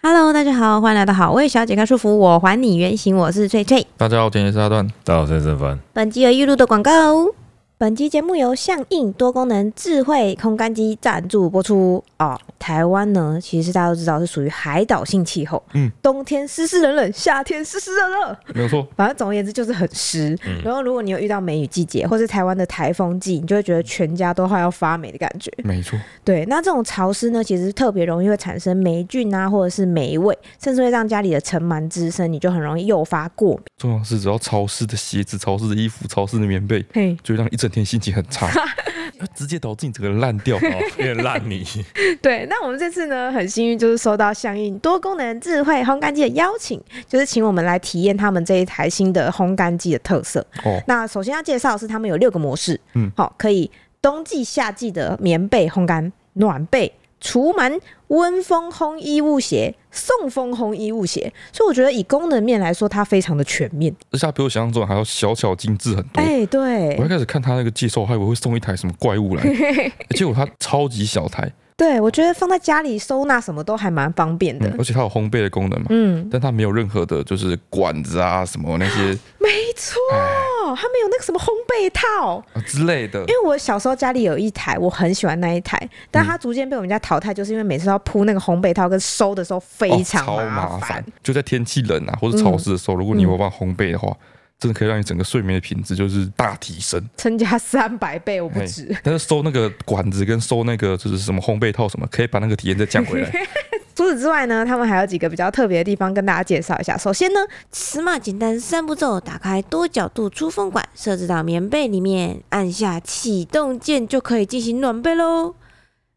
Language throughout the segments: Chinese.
Hello，大家好，欢迎来到好味小姐开束缚，我还你原形，我是翠翠。大家好，我田野是阿段。大家好，我是郑凡。本集有预录的广告哦。本集节目由相应多功能智慧烘干机赞助播出哦。台湾呢，其实大家都知道是属于海岛性气候，嗯，冬天湿湿冷冷，夏天湿湿热热，没有错，反正总而言之就是很湿。然后如果你有遇到梅雨季节，或是台湾的台风季，你就会觉得全家都快要发霉的感觉。没错，对，那这种潮湿呢，其实特别容易会产生霉菌啊，或者是霉味，甚至会让家里的尘螨滋生，你就很容易诱发过敏。重要是只要潮湿的鞋子、潮湿的衣服、潮湿的棉被，嘿，就会让一整天心情很 差，直接导致你整个人烂掉。哦，变烂泥， 对，那我们这次呢，很幸运就是收到相应多功能智慧烘干机的邀请，就是请我们来体验他们这一台新的烘干机的特色。哦，那首先要介绍的是他们有六个模式，嗯好、可以冬季、夏季的棉被烘干、暖被、除螨、温风烘衣物鞋、送风烘衣物鞋，所以我觉得以功能面来说，它非常的全面。而且它比我想象中还要小巧精致很多。哎、对我一，开始看他那个介绍，还以为会送一台什么怪 物来，哎结果它超级小台，对我觉得放在家里收纳什么都还蛮方便的嗯。而且它有烘焙的功能嘛，嗯，但它没有任何的，就是管子啊什么那些没错，哎它没有那个什么烘焙套。啊之类的因。为我小时候家里有一台，我很喜欢那一台，嗯但它逐渐被我们家淘汰，就是因为每次都要铺那个烘焙套，跟收的时候非常哦超麻烦嗯烦。，就在天气冷啊或者潮湿的时候，如果你有办法烘焙的话，真的可以让你整个睡眠的品质就是大 提升。 增加三百倍，我不嘿止。但是收那个管子跟收那个就是什么烘焙套什么，可以把那个体验再降回来。 除此之外呢，他们还有几个比较特别的地方跟大家介绍一下。首先呢， Smart 简单三步骤：打开多角度出风管，设置到棉被里面，按下启动键就可以进行暖被喽。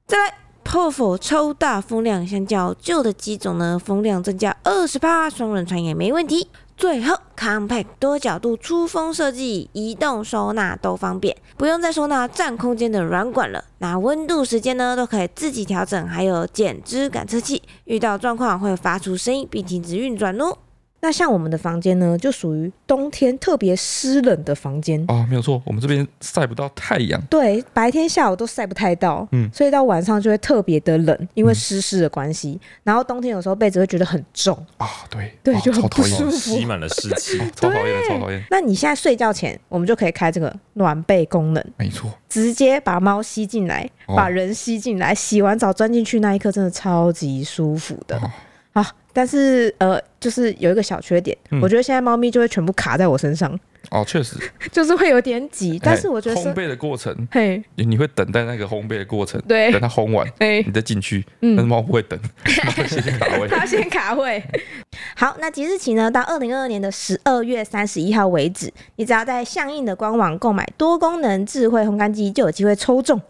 再来，Pofo 超大风量，相较旧的机种呢，风量增加二十帕，双人床也没问题。最后，Compact 多角度出风设计，移动收纳都方便，不用再收纳占空间的软管了。那温度、时间呢，都可以自己调整，还有减脂感测器，遇到状况会发出声音并停止运转哦。那像我们的房间呢，就属于冬天特别湿冷的房间。啊，没有错，我们这边晒不到太阳，对，白天下午都晒不太到，嗯所以到晚上就会特别的冷，因为湿湿的关系。然后冬天有时候被子会觉得很重，啊，对，对啊就很超不讨舒厌服，吸满了湿气。哦超讨厌的，超讨厌，那你现在睡觉前，我们就可以开这个暖被功能，没错，直接把猫吸进来，哦把人吸进来，洗完澡钻进去那一刻，真的超级舒服的。哦啊，但是呃，就是有一个小缺点，嗯我觉得现在猫咪就会全部卡在我身上， 哦，确实。就是会有点挤。但是我觉得哎烘是，焙的过程，嘿，你你会等待那个烘焙的过 程，对等，它烘完，哎你，再进去，但是嗯，猫 不会等，猫会先去打位。哎它先卡位。 好，那即日起呢，到二零二二年的十二月三十一号为止，你只要在相应的官网购买多功能智慧烘干机，就有机会抽中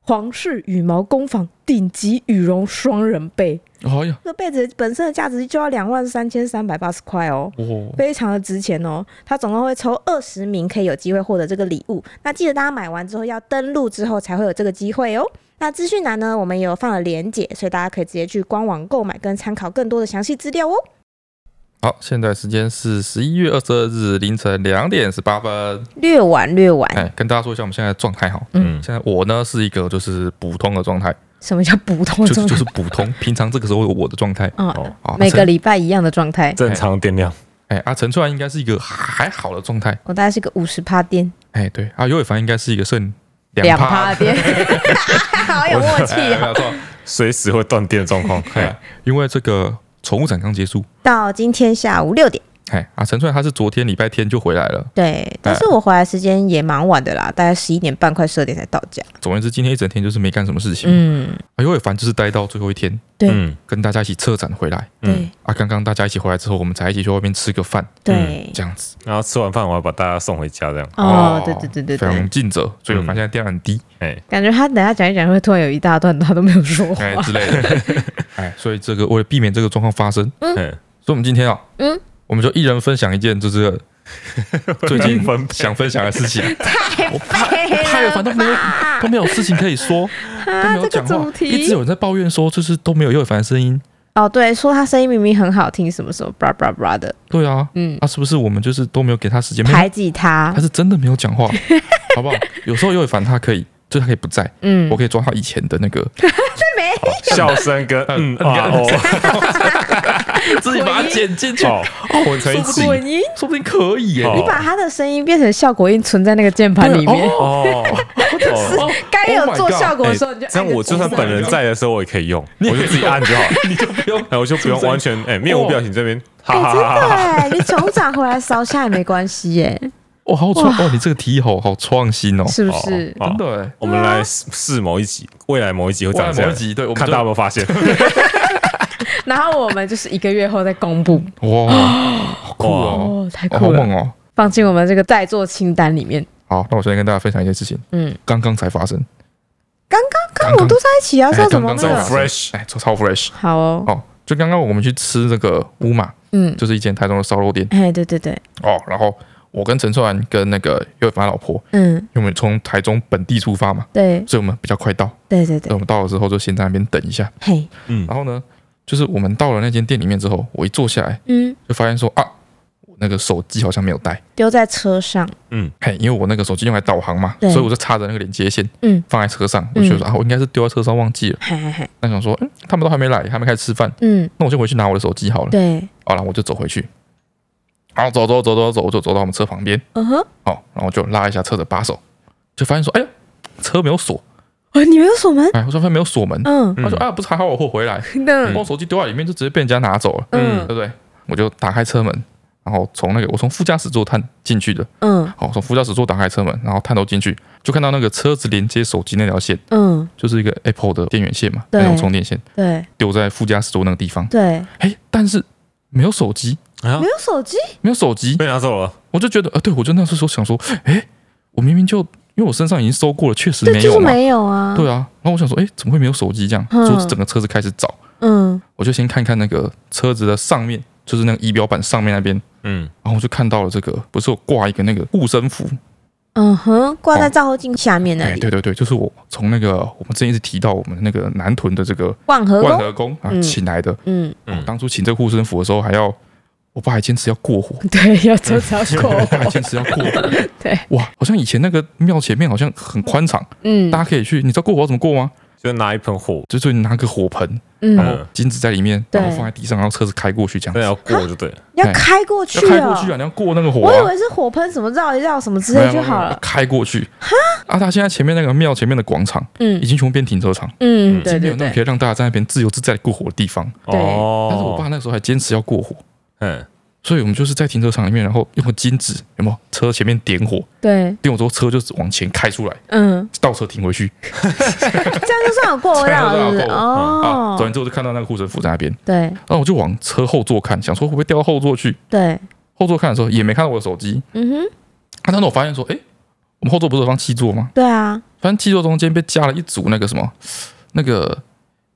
皇室羽毛工坊顶级羽绒双人被。哎呀，这个被子本身的价值就要两万三千三百八十块哦。哦，非常的值钱哦，它总共会抽二十名，可以有机会获得这个礼物。那记得大家买完之后要登录之后才会有这个机会哦。那资讯栏呢，我们也有放了连结，所以大家可以直接去官网购买跟参考更多的详细资料哦。好，现在时间是十一月二十二日凌晨两点十八分。略晚略晚，哎，跟大家说一下我们现在的状态哈。嗯，现在我呢是一个就是普通的状态，什么叫普通就状是态？就是普通， 平常这个时候我的状态啊、哦，啊。每个陈礼拜一样的状态，正常电量。哎啊，陈川应该是一个还好的状态，我大概是个五十趴颠，哎对啊，尤伟凡应该是一个剩两趴趴颠，好有默契 哎哦。没有错，随时会断电的状况。哎，因为这个宠物展刚结束，到今天下午六点，哎啊，陈川他是昨天礼拜天就回来了，对，但是我回来时间也蛮晚的啦，大概十一点半快十二点才到家。总而言之，今天一整天就是没干什么事情。嗯，啊，尤伟凡就是待到最后一天，对嗯跟大家一起策展回来。嗯对啊，刚刚大家一起回来之后，我们才一起去外面吃个饭，对，嗯这样子。然后吃完饭，我要把大家送回家，这样。哦，对对对对非对，常尽责，所以我发现电量很低。哎，感觉他等下讲一讲，会突然有一大段他都没有说哎 话。之类的，哎，所以这个为了避免这个状况发生，哎嗯，所以我们今天啊，嗯，我们就一人分享一件，就是最近分想分享的事情。太废太烦都没有都没有事情可以说，都没啊！这有个讲主话，一直题有人在抱怨说，就是都没有叶凡的声音。哦，对，说他声音明明很好听，什么什么，bra bra bra 的，对啊，嗯，啊，是不是我们就是都没有给他时间？没有排挤他他，是真的没有讲话，好不好？有时候叶凡他可以，就是他可以不在，嗯我，可以抓他以前的那 个，笑声跟嗯啊哦自己把它剪进去，哦混成一起滚音，说不定可以耶。哦你把它的声音变成效果音，存在那个键盘里面。哦， 哦该有哎 Oh my 做 God，效果的哎时候，你就这样我就算本人在的时候我也可以用，我就自己按就好，你就不 用哎，我就不用完全哎面无表情这边，哈哈哈哎，哈真哈的哈。哎，你重长回来烧下也没关系耶，哦，好创哦，你这个提议好好创新哦，是不是？哦真的耶。我们来试试某一集，未来某一集会未长来这某样一，集，对，我们看就大家有没有发现？然后我们就是一个月后再公布，哇， 好酷哦，哦，太哦好酷了猛，哦。放进我们这个在做清单里面。好，那我现在跟大家分享一件事情，嗯，刚刚才发生，刚刚跟我都在一起啊，哎是要怎么那刚刚个才？发生 fresh 哎，超超 fresh。好哦，哦，就刚刚我们去吃这个乌马，嗯，就是一间台中的烧肉店哎，对对对，哦。然后我跟陈硕然跟那个岳凡老婆，嗯，因为我们从台中本地出发嘛，对所以我们比较快到。对对所以对我，们到了之后就先在那边等一下。嘿，嗯然后呢，就是我们到了那间店里面之后，我一坐下来嗯，就发现说啊，我那个手机好像没有带。丢在车上，嗯，嘿，因为我那个手机用来导航嘛，对所以我就插着那个连接线，嗯，放在车上。我就说啊，我应该是丢在车上忘记了。嘿嘿嘿，那想说，嗯，他们都还没来，还没开始吃饭，嗯，那我先回去拿我的手机好了。对，好了，我就走回去。然后走走走走走，我就走到我们车旁边，嗯哼，哦，然后我就拉一下车的把手，就发现说，哎呀，车没有锁，哦，你没有锁门？哎，我说发现没有锁门。嗯，他说啊，不是还好我货回来， 那把我手机丢在里面就直接被人家拿走了，嗯对不对？我就打开车门，然后从那个我从副驾驶座探进去的，嗯好，从副驾驶座打开车门，然后探头进去，就看到那个车子连接手机那条线，嗯，就是一个 Apple 的电源线嘛，对那种充电线，对丢在副驾驶座那个地方。对，哎，但是没有手机，啊没，有手机，没有手机，被拿走了，我就觉得，呃，对我就那时候想说，哎，我明明就因为我身上已经搜过了，确实对，没就是有嘛，没有啊。对啊，然后我想说，哎，怎么会没有手机这样？嗯所以我整个车子开始找。嗯，我就先看看那个车子的上面，就是那个仪表板上面那边，嗯，然后我就看到了这个，不是有挂一个那个护身符？嗯哼，挂在照后镜下面那哎，里，对对对，就是我从那个我们之前一直提到我们那个南屯的这个万和万宫。和宫啊嗯请来的。嗯，嗯当初请这个护身符的时候，还要我爸还坚持要过火，对，要做照 我爸还口。坚持要过火。 对，哇，好像以前那个庙前面好像很宽敞，嗯大家可以去。你知道过火要怎么过吗？就拿一盆火，就是你拿个火盆，嗯，然后金子在里面，对然后放在地上，然后车子开过去这真样的要子。过就对 了。你要开过去要开过哦去啊！你要过那个火、啊。我以为是火喷什么绕一绕什么之类就好没有没有没有了。开过去。啊，他现在前面那个庙前面的广场嗯已经全部变停车场，嗯，对没对有那种可对，以让大家在那边自由自在地过火的地方。对哦，但是我爸，那时候还坚持要过火，嗯，所以我们就是在停车场里面，然后用个金纸，有没有？车前面点火，对，点火之后车就往前开出来，嗯，倒车停回去。这样就算有过 这绕，样是不就算是？有过啊，哦走，完之后就看到那个护身符在那边，对然后我就往车后座看，想说会不会掉到后座去。对，后座看的时候也没看到我的手机，嗯哼，啊，但是我发现说，哎，我们后座不是有放气座吗？对啊，反正气座中间被加了一组那个什么，那个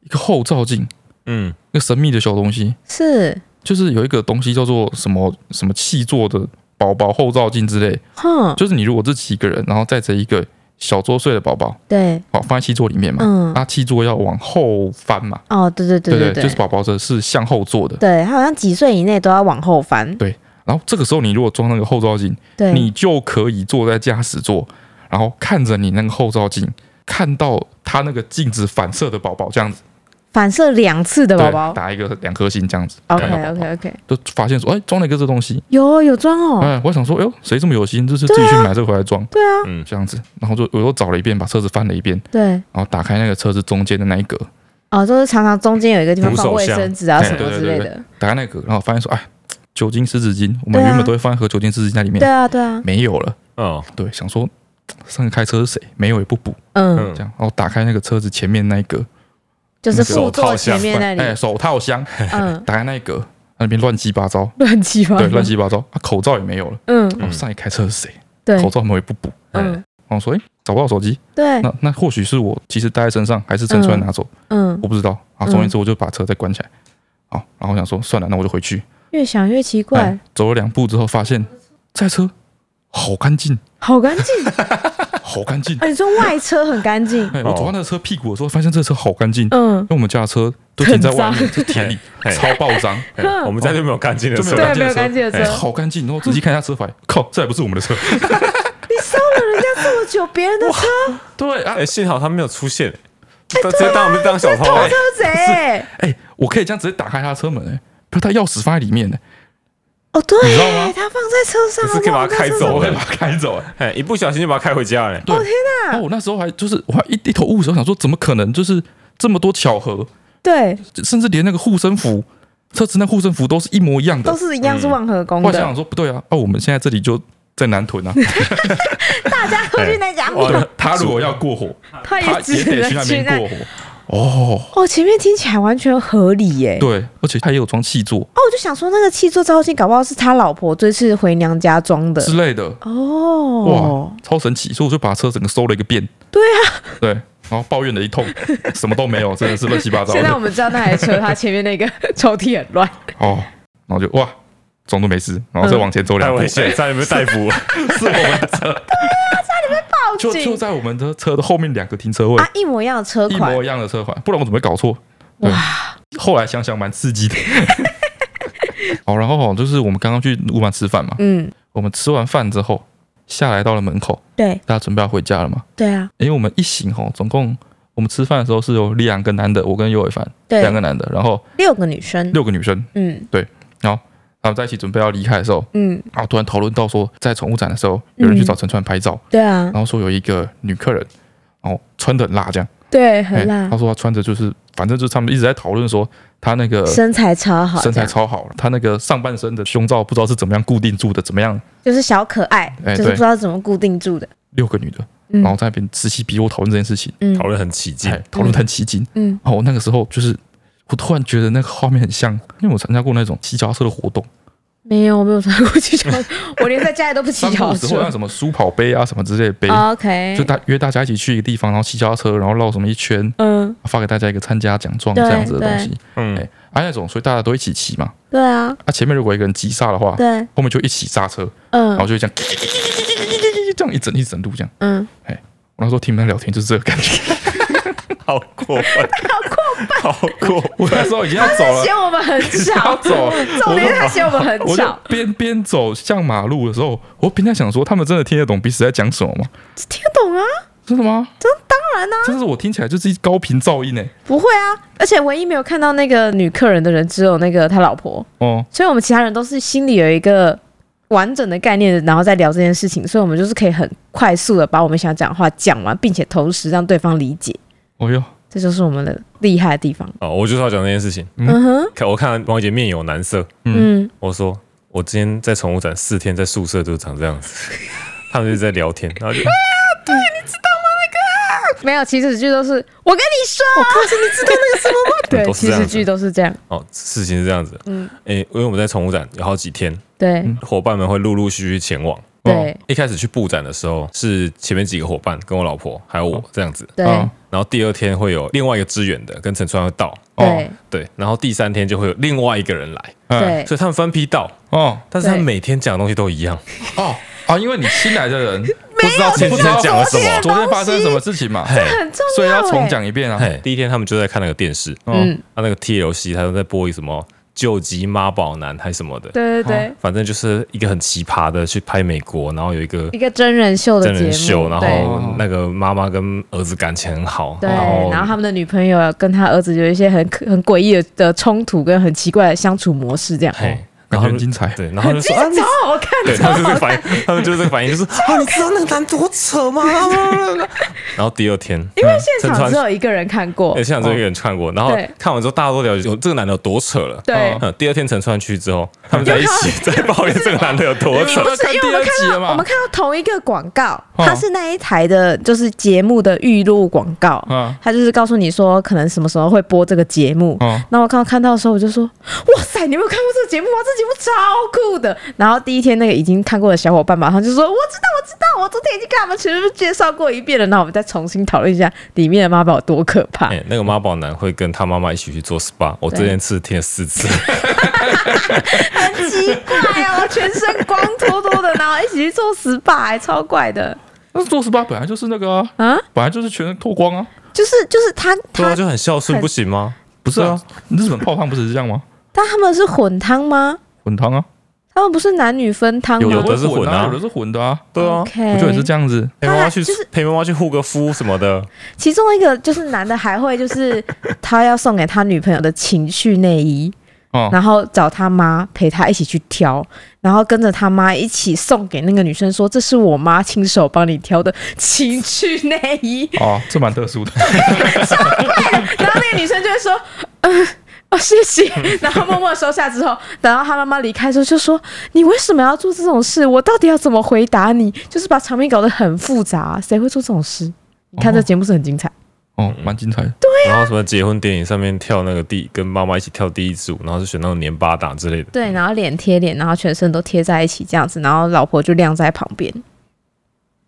一个后照镜，嗯，那个神秘的小东西，是，就是有一个东西叫做什么什么气座的宝宝后照镜之类，哼，就是你如果自己一个人，然后载着一个小周岁的宝宝，对，好放在气座里面嘛，嗯，那气座要往后翻嘛，哦，对对对啊对对，就是宝宝的是向后坐的。对，他好像几岁以内都要往后翻。然后这个时候，你如果装那个后照镜，对，你就可以坐在驾驶座，然后看着你那个后照镜，看到他那个镜子反射的宝宝这样子，反射两次的对，宝宝。打一个两颗星这样子。 OK 看到宝宝 OK OK，就发现说，哎，装了一个这东西，有哦有装哦。啊哎，我想说，哎呦，谁这么有心，就是自己去买这个回来装，对啊，嗯这样子，然后就我又找了一遍，把车子翻了一遍，对，然后打开那个车子中间的那一格，哦，就是常常中间有一个地方扶手放卫箱生纸啊哎什么对对之对类对的。打开那个，然后发现说，哎，酒精湿纸巾，我们对啊原本都会放一盒酒精湿纸巾在里面对，啊对啊，没有了，哦，对，想说上次开车是谁，没有也不补，嗯，这嗯，样，然后打开那个车子前面那一格，就是那个副手套座前箱面那哎，里，手套箱，嗯，打开那一格，那边乱七八糟，乱七八对，糟乱。七八糟，啊口罩也没有了，嗯，然后上一开车是谁，对，口罩我们也不补，嗯然后说，哎，找不到手机，对，那那或许是我其实带在身上，还是陈川拿走，嗯，我不知道。嗯啊，总而言之，我就把车再关起来。好，然后我想说算了，那我就回去。越想越奇怪哎，走了两步之后，发现这台车好干净，好干净。好 干净。啊你说外车很干净，哎，我走到那个车屁股的时候，发现这车好干净，因嗯，为我们家的车都停在外很面，是田里，嘿超暴脏，嗯我们家就没有干净的就没事有对，干没净有干净的车。的车，好干净，然后仔细看一下车牌，靠，这还不是我们的车，你傻烧了人家这么久，别人的车对啊，哎，幸好他没有出现，这这当然被当小偷偷哎啊车，贼、哎、我可以这样直接打开他的车门、哎，不是他钥匙放在里面呢、哎哦，对你知道吗，他放在车上，你是可以把它他忘在车开上走我的会把他开走、哎哎，一不小心就把他开回家了。对哦天哪、然后我那时候还就是我还一一头雾水，我想说怎么可能就是这么多巧合，对，甚至连那个护身符，车子那护身符都是一模一样都的。是一样是万和宫我的，想想说不对啊，哦，我们现在这里就在南屯啊，大家都去那家对庙，哦他如果要过火， 他他也也只得能去那去边那。过火。哦，哦，前面听起来完全合理耶。对，而且他也有装气座哦，我就想说那个气座照镜，搞不好是他老婆这次回娘家装的。之类的，哦，超神奇，所以我就把车整个搜了一个遍。对啊，对，然后抱怨了一通， 什么都没有，真的是乱七八糟现在我的。们知道那台车，它前面那个抽屉很乱。哦，然后就哇，装作没事，嗯然后再往前走太两步，危险，差点被逮 捕。是我们的车，报就就警在我们的车的后面两个停车位，啊，一模一样的车一款模，一样的车款，不然我怎么会搞错？对，后来想想蛮 刺激的。好，然后哦就是我们刚刚去乌马吃饭嘛，嗯，我们吃完饭之后下来到了门口，对大家准备要回家了嘛？对啊，因为我们一行哦，总共我们吃饭的时候是有两个男的，我跟尤伟凡两对，个男的，然后六个女生，六个女生，嗯然后在一起准备要离开的时候，嗯，然后突然讨论到说，在宠物展的时候，有人去找陈川拍照，对啊然，后说有一个女客人，哦，穿的很辣这样，对，哎很辣她，说她穿着就是，反正就是他们一直在讨论说她那个身材超好，身材，超好，她那个上半身的胸罩不知道是怎么样固定住的，怎么样？就是小可爱，哎就是对哦不知道怎么固定住的。六个女的，嗯然后在那边此起彼落讨论这件事情，嗯讨论很起劲哎，，讨论得很起劲。嗯，然后我哦那个时候就是，我突然觉得那个画面很像，因为我参加过那种骑脚踏车的活动，没有，我没有穿过去脚， 我连在家里都不骑三脚步踏时候车哦像。什么书跑杯啊什么之类的杯， OK，就大约大家一起去一个地方，然后骑脚踏车，然后绕什么一圈，嗯，发给大家一个参加奖状对这样子的东西，嗯哎，啊那种，所以大家都一起骑嘛。对啊，啊，前面如果有一个人急刹的话，对，后面就一起刹车，然后嗯就会这样，这样一整一整路这样。嗯，我那时候听你们在聊天就是这个感觉， 好过分，好过分，我那时候已经要 走了，嫌我们很要吵，走了， 重点是他嫌我们很我就吵，边边走向马路的时候，我边在想说，他们真的听得懂彼此在讲什么吗？听得懂啊，真的吗？当然啦、啊真是我听起来就是一高频噪音哎、不会啊。而且唯一没有看到那个女客人的人，只有那个他老婆，哦，所以我们其他人都是心里有一个完整的概念，然后再聊这件事情，所以我们就是可以很快速的把我们想讲的话讲完，并且同时让对方理解，哦哟，这就是我们的厉害的地方。哦，我就是要讲这件事情。嗯哼，看，我看王姐面有难色，嗯，我说我今天在宠物展四天，在宿舍就长这样子。他们就在聊天，然后就没有，其实句都是我跟你说，我告诉你知道那个什 么吗？对，都是其这样实子句都是这样，哦，事情是这样子，嗯，诶、因为我们在宠物展有好几天，对、伙伴们会陆陆续续前往。对一开始去布展的时候，是前面几个伙伴跟我老婆还有我嗯这样子，对、哦然后第二天会有另外一个支援的跟陈川会到，对、对，然后第三天就会有另外一个人来，哦哎对，所以他们分批到，哦但是他们对每天讲的东西都一样，哦啊，因为你新来 的人不知道前不几知道天讲了什么，昨天发生什么事情嘛，嘿，很重要、欸，所以要重讲一遍啊。哦嘿，第一天他们就在看那个电视，嗯，他那个 TLC，他都在播一什么救急妈宝男还是什么的，对对对。反正就是一个很奇葩的去拍美国，然后有一个一个真人秀的真节目，人秀，然对后哦那个妈妈跟儿子感情很好，对，后然后他们的女朋友跟他儿子有一些很可很诡异的的呃冲突跟很奇怪的相处模式，这样嘿，哦感然觉后很精彩对，然后他就说啊，你超好看 对，他们就是这个反应，他们就是这个反应，就是啊，你知道那个男多扯吗？ 然后第二天，因为现陈场川只有一个人看过哎，，现场这个人看过，然后对看完之后大家都了解，哦这个男的有多扯了。对嗯，嗯，第二天陈川去之后，他们在一起在抱怨这个男的有多因为扯我。们看因第为我二们集看了到我嘛们，看到同一个广告，哦它是那一台的，就是节目的预录广告，啊它就是告诉你说可能什么时候会播这个节目。哦啊，那我刚刚看到的时候，我就说：“哇塞，你有没有看过这个节目啊？这节目超酷的！”然后第一天那个已经看过的小伙伴马上就说：“我知道，我知道，我昨天已经跟他们全部介绍过一遍了。”那我们再重新讨论一下里面的妈宝有多可怕。 哎，那个妈宝男会跟他妈妈一起去做 SPA，我这件事听了四次，奇怪哦，全身光脱脱的，然后一起去做 SPA，还超怪的那做 SPA 本来就是那个啊，啊！本来就是全身脱光啊，就是就是他对啊，他就很孝顺，很不行吗？不是啊，日本泡汤不是这样吗？他他们是混汤吗？滚汤啊，他们不是男女分汤吗有的是混混啊有的是混的啊，对啊， ？OK，不就也是这样子？陪妈妈去就是陪妈妈去护个肤什么的，其中一个就是男的还会就是他要送给他女朋友的情趣内衣，哦，然后找他妈陪他一起去挑，然后跟着他妈一起送给那个女生说：“这是我妈亲手帮你挑的情趣内衣。 哦，这蛮特殊的。”然后那个女生就会说：“嗯、哦，谢谢。” 然后默默地收下之后，等到他妈妈离开之后就说：“你为什么要做这种事？我到底要怎么回答你？”就是把场面搞得很复杂、谁会做这种事？你看这节目是很精彩。哦，嗯蛮精彩的。然后什么结婚典礼上面跳那个第跟妈妈一起跳第一支舞，然后就选那种年八档之类的。对，然后脸贴脸，然后全身都贴在一起这样子，然后老婆就晾在旁边，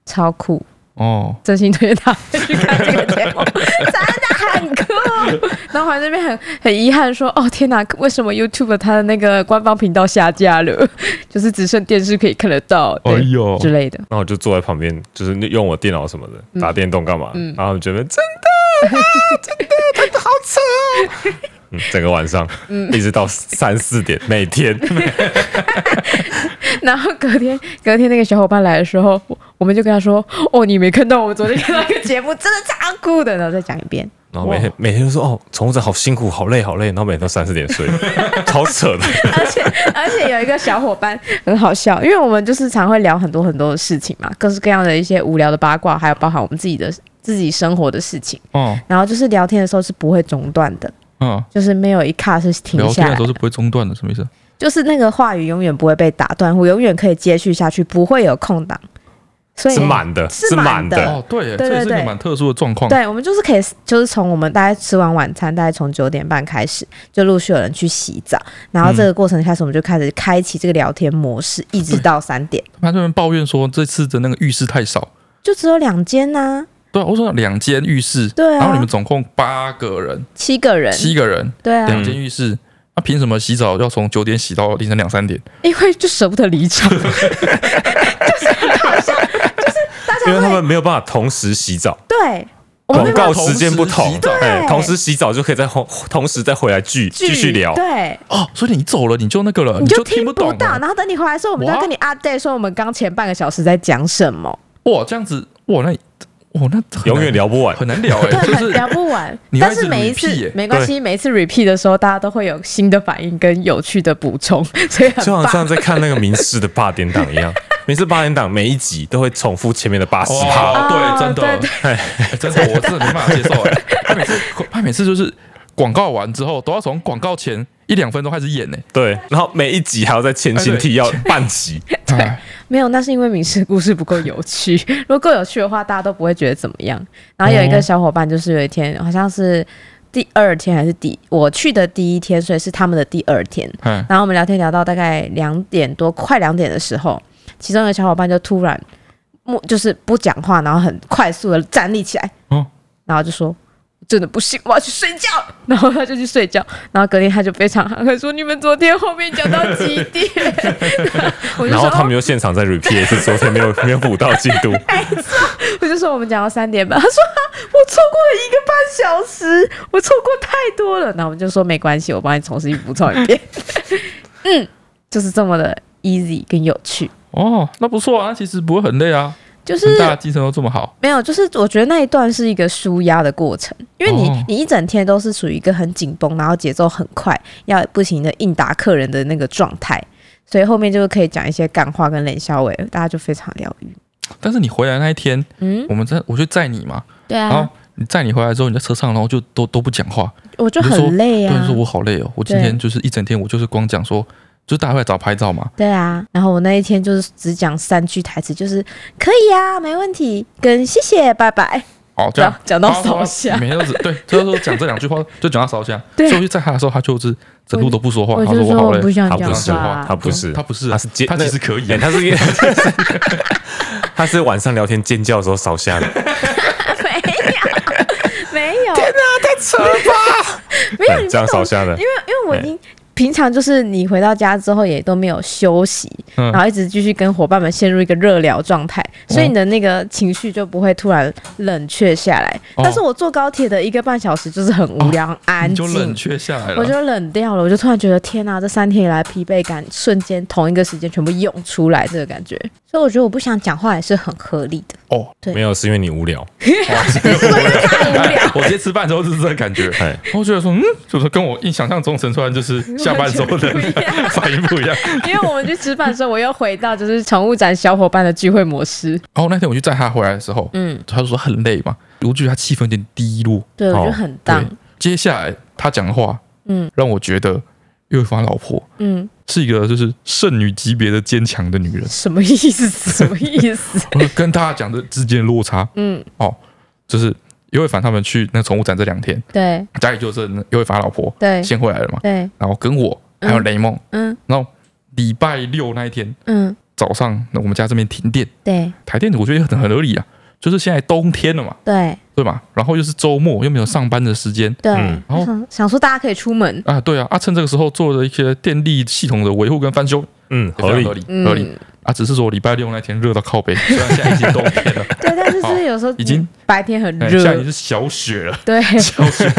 超酷！哦，真心推荐大家去看这个节目， 真的很酷。然后我还在那边很很遗憾说，哦天哪，为什么 YouTube 它的那个官方频道下架了？ 就是只剩电视可以看得到，哎对、呦，之类的。然后我就坐在旁边，就是用我电脑什么的，打电动干嘛？然后我觉得真的啊，真的，真的好扯哦。嗯，整个晚上，一直到三四点，每天然后隔天隔天那个小伙伴来的时候，我我们就跟他说，哦你没看到我们昨天看到一个节目，真的超酷的。然后再讲一遍，然后每天每天都说哦，宠物仔好辛苦，好累，好累。然后每天都三四点睡，超扯的。而且而且有一个小伙伴 很好笑，因为我们就是常会聊很多很多的事情嘛，各式各样的一些无聊的八卦，还有包含我们自己的自己生活的事情。哦，然后就是聊天的时候是不会中断的，嗯，就是没有一卡是停聊下天的来时候，是不会中断的，什么意思？就是那个话语永远不会被打断，我永远可以接续下去，不会有空档。所以是满的，是是满满的的。哦，对耶，对这也对是个对蛮特殊的状况。对，我们就是可以，就是从我们大概吃完晚餐，大概从九点半开始，就陆续有人去洗澡，然后这嗯个过程开始，我们就开始开启这个聊天模式，一直到三点，他这边抱怨说这次的那个浴室太少。就只有两间呐、对啊，我说两间浴室，对啊然后你们总共八个人，七个人，七个人，对啊，两间浴室，那凭什么洗澡要从九点洗到凌晨两三点？因为就舍不得离 场，因为他们没有办法同时洗澡，对，我们广没告办法时间不同时同洗澡，哎同时洗澡就可以再同同时再回来聚继续聊。对，哦，所以你走了你就那个了，你就就听听懂不啊了到，然后等你回来的时候，我们再哇跟你 update 说我们刚前半个小时在讲什么，哇，这样子，哇，那哇那很永远难聊不完，很难 聊哎、对，就很是聊不完你。要但一直是每一 repeat 次耶没关系，每一次 repeat 的时候，大家都会有新的反应跟有趣的补充， 所以很就好像棒。在看那个民视的八点档一样，民视八点档每一集都会重复前面的八十趴，哇，哦对，真的，对哎真的，我真的没办法接受哎、他每次他每次就是广告完之后都要从广告前一两分钟开始演欸呢、对，然后每一集还要再前情提要半集，哎 对， 没有，那是因为民事故事不够有 趣。如果够有趣的话，大家都不会觉得怎么样。然后有一个小伙伴，就是有一天好像是第二天还是第我去的第一天，所以是他们的第二天。哎，然后我们聊天聊到大概两点多，快两点的时候，其中一个小伙伴就突然默就是不讲话，然后很快速的站立起来，哦然后就说。真的不行，我要去睡觉。然后他就去睡觉，然后隔天他就非常慷慨说：“你们昨天后面讲到几点？” 我就然说后他们又现场再 repeat 一次，昨天没有没有补到进度，我就说我们讲到三点半，他说、啊、我错过了一个半小时，我错过太多了。那我们就说没关系，我帮你重新补充一遍。嗯，就是这么的 easy 跟有趣，哦，那不错啊，其实不会很累啊，就是大家精神都这么好，没有，就是我觉得那一段是一个舒压的过程，因为你、哦你一整天都是属于一个很紧绷，然后节奏很快，要不停的应答客人的那个状态，所以后面就是可以讲一些干话跟冷笑话，大家就非常疗愈。但是你回来那一天，嗯，我们在我就载你嘛，对啊然后，你载你回来之后，你在车上，然后就都都不讲话，我就你就说很累对，啊你说。我好累哦，我今天就是一整天，我就是光讲说，就是大家会来找拍照嘛，对啊，然后我那一天就是只讲三句台词，就是可以啊，没问题，跟谢谢，拜拜，哦，这样讲到然后烧香每天都只对，就是说讲这两句话，就讲到烧香。 对所以我去载他的时候，他就是整路都不说话，我他就我说好我累，不想他讲不是话，啊他不是他不是，他是尖他其实可以哎，他是他是 晚上聊天尖叫的时候扫下的，没有， 没有，天哪，太 扯了吧！没有，你对不这样懂扫下的因为，因为哎我已经平常就是你回到家之后也都没有休息，嗯嗯然后一直继续跟伙伴们陷入一个热聊状态，所以你的那个情绪就不会突然冷却下来。哦但是我坐高铁的一个半小时就是很无聊、很安你就冷静，却下来了。我就冷掉了，我就突然觉得天哪、这三天以来疲惫感瞬间同一个时间全部涌出来，这个感觉。所以我觉得我不想讲话也是很合理 的，哦，对没有，是因为你无聊。太无聊。 我今天吃饭的时候就是这个感觉，哎，我觉得说，嗯，就是跟我印想象中陈川 就是下班之后的反应不一样。因为我们去吃饭的时候，我又回到就是宠物展小伙伴的聚会模式。然后那天我去载他回来的时候，嗯，他就说很累嘛，我觉得他气氛有点低落。对，我觉得哦很对荡。，接下来他讲的话，嗯让我觉得岳凡老婆嗯，是一个就是剩女级别的坚强的女 人。什么意思？什么意思？我跟大家讲的之间的落差， 嗯，就是尤伟凡他们去那宠物展这两天，对家里就是尤伟凡老婆对先回来了嘛，对，然后跟我还有雷梦，嗯然后礼拜六那一天嗯，早上，那我们家这边停电，对台电我觉得也很很合理啊，就是现在冬天了嘛，对对吧？然后又是周末，又没有上班的时间对。嗯然后想想说大家可以出门，啊，对啊，啊，趁这个时候做了一些电力系统的维护跟翻修，嗯，也非常合理合。理合理。啊，只是说礼拜六那天热到靠背，嗯虽然现在已经冬天 了，对，但是就是有时候已经白天很哎现在已经热，是小雪了， 对小雪，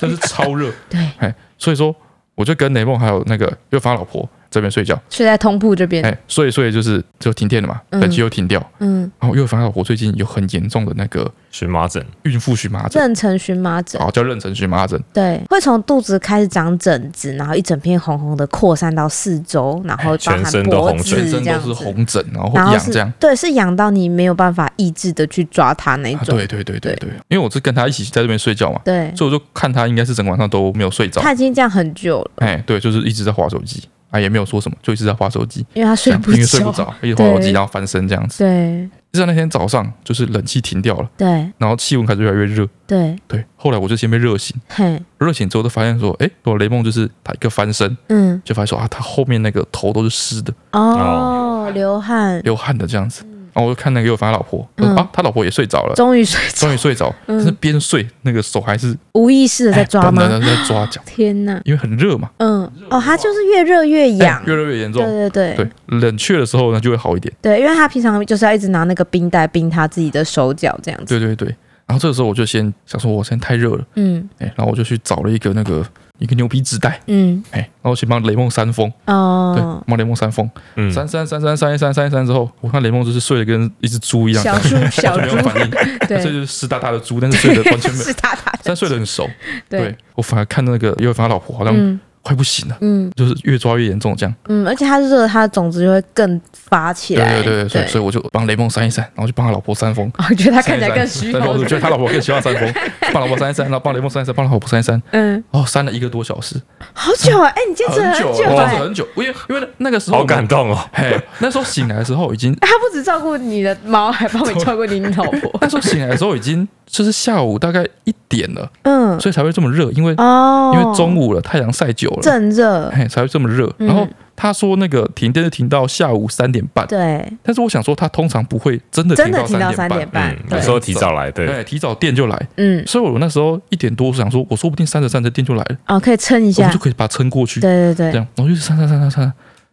真是超热。哎对，所以说，我就跟雷梦还有那个又发老婆这边睡觉，睡在通铺这边，哎，所以所以就是就停电了嘛，嗯冷气又停掉，嗯，然后又发老婆最近有很严重的那个荨麻疹，孕妇荨麻疹，妊娠荨麻疹，啊，叫妊娠荨麻疹，对，会从肚子开始长疹子，然后一整片红红的扩散到四周，然后包全含身都脖红子疹哎全身这都样是子，红疹，然后会然后痒这是样。，对，是痒到你没有办法抑制的去抓它那一啊种，对对对对对，因为我是跟他一起在这边睡觉嘛，对，所以我就看他应该是整个晚上都没有睡着，他已经这样很久了，哎，对，就是一直在划手机啊，也没有说什么，就一直在划手机，因为他这睡样不因为着，睡不着，一直划手机，对然后翻身这样子。对就像那天早上，就是冷气停掉了，对然后气温开始越来越热，对，对，后来我就先被热醒，嘿，热醒之后就发现说，哎，我雷梦就是他一个翻身，嗯，就发现说啊，他后面那个头都是湿的，哦，流汗，流汗的这样子。然后我就看那个又凡他老婆，我嗯说啊，他老婆也睡着了，终于睡着终，于睡着，嗯但是边睡那个手还是无意识的哎在抓吗？的在抓脚，天哪，因为很热嘛，嗯，哦，它就是越热越痒 哎，越热越严重。对对对对，冷却的时候呢就会好一点。对，因为他平常就是要一直拿那个冰袋冰他自己的手脚这样子，对对对。然后这个时候我就先想说，我现在太热了，嗯哎，然后我就去找了一个那个一个牛皮纸袋，嗯哎，然后先帮雷梦扇风，对，哦，帮雷梦扇风，嗯，扇扇扇扇扇一扇扇一扇之后，我看雷梦就是睡得跟一只猪一样，小完 猪 小全没有猪，反应，这 对，就是湿哒哒的猪，但是睡得完全没有是，他他但的，睡得很熟。对，我反而看那个尤伟凡他老婆好像嗯快不行了，嗯就是越抓越严重这样。嗯，而且它热，它的种子就会更发起对来，对对，所以所以我就帮雷梦扇一扇，然后就帮他老婆扇风。哦我觉得它看起来更虚但是弱我，觉得他老婆更喜欢扇风，帮老婆扇一扇，然后帮雷梦扇一扇，帮老婆扇一扇，嗯，哦，扇了一个多小时，好久啊，哎，你坚持了久，很坚久持哎，很久，因为因为那个时候好感，动哦。嘿，那时候醒来的时候已 经，，哎他不止照顾你的猫，还帮你照顾你老婆那时候醒来的时候已经就是下午大概一点了，嗯，所以才会这么热，因为哦，因为中午了，太阳晒久了，正热，嘿，才会这么热。嗯然后他说那个停电是停到下午三点半，对，但是我想说他通常不会真的真的停到三三点点半。半嗯，，对有时候提早来，对，对，提早电就来，嗯，所以我那时候一点多想说，我说不定扇着扇着电就来了，哦，可以撑一我下们就，可以把它撑过去。对对这对，样，然后就是扇扇扇扇扇，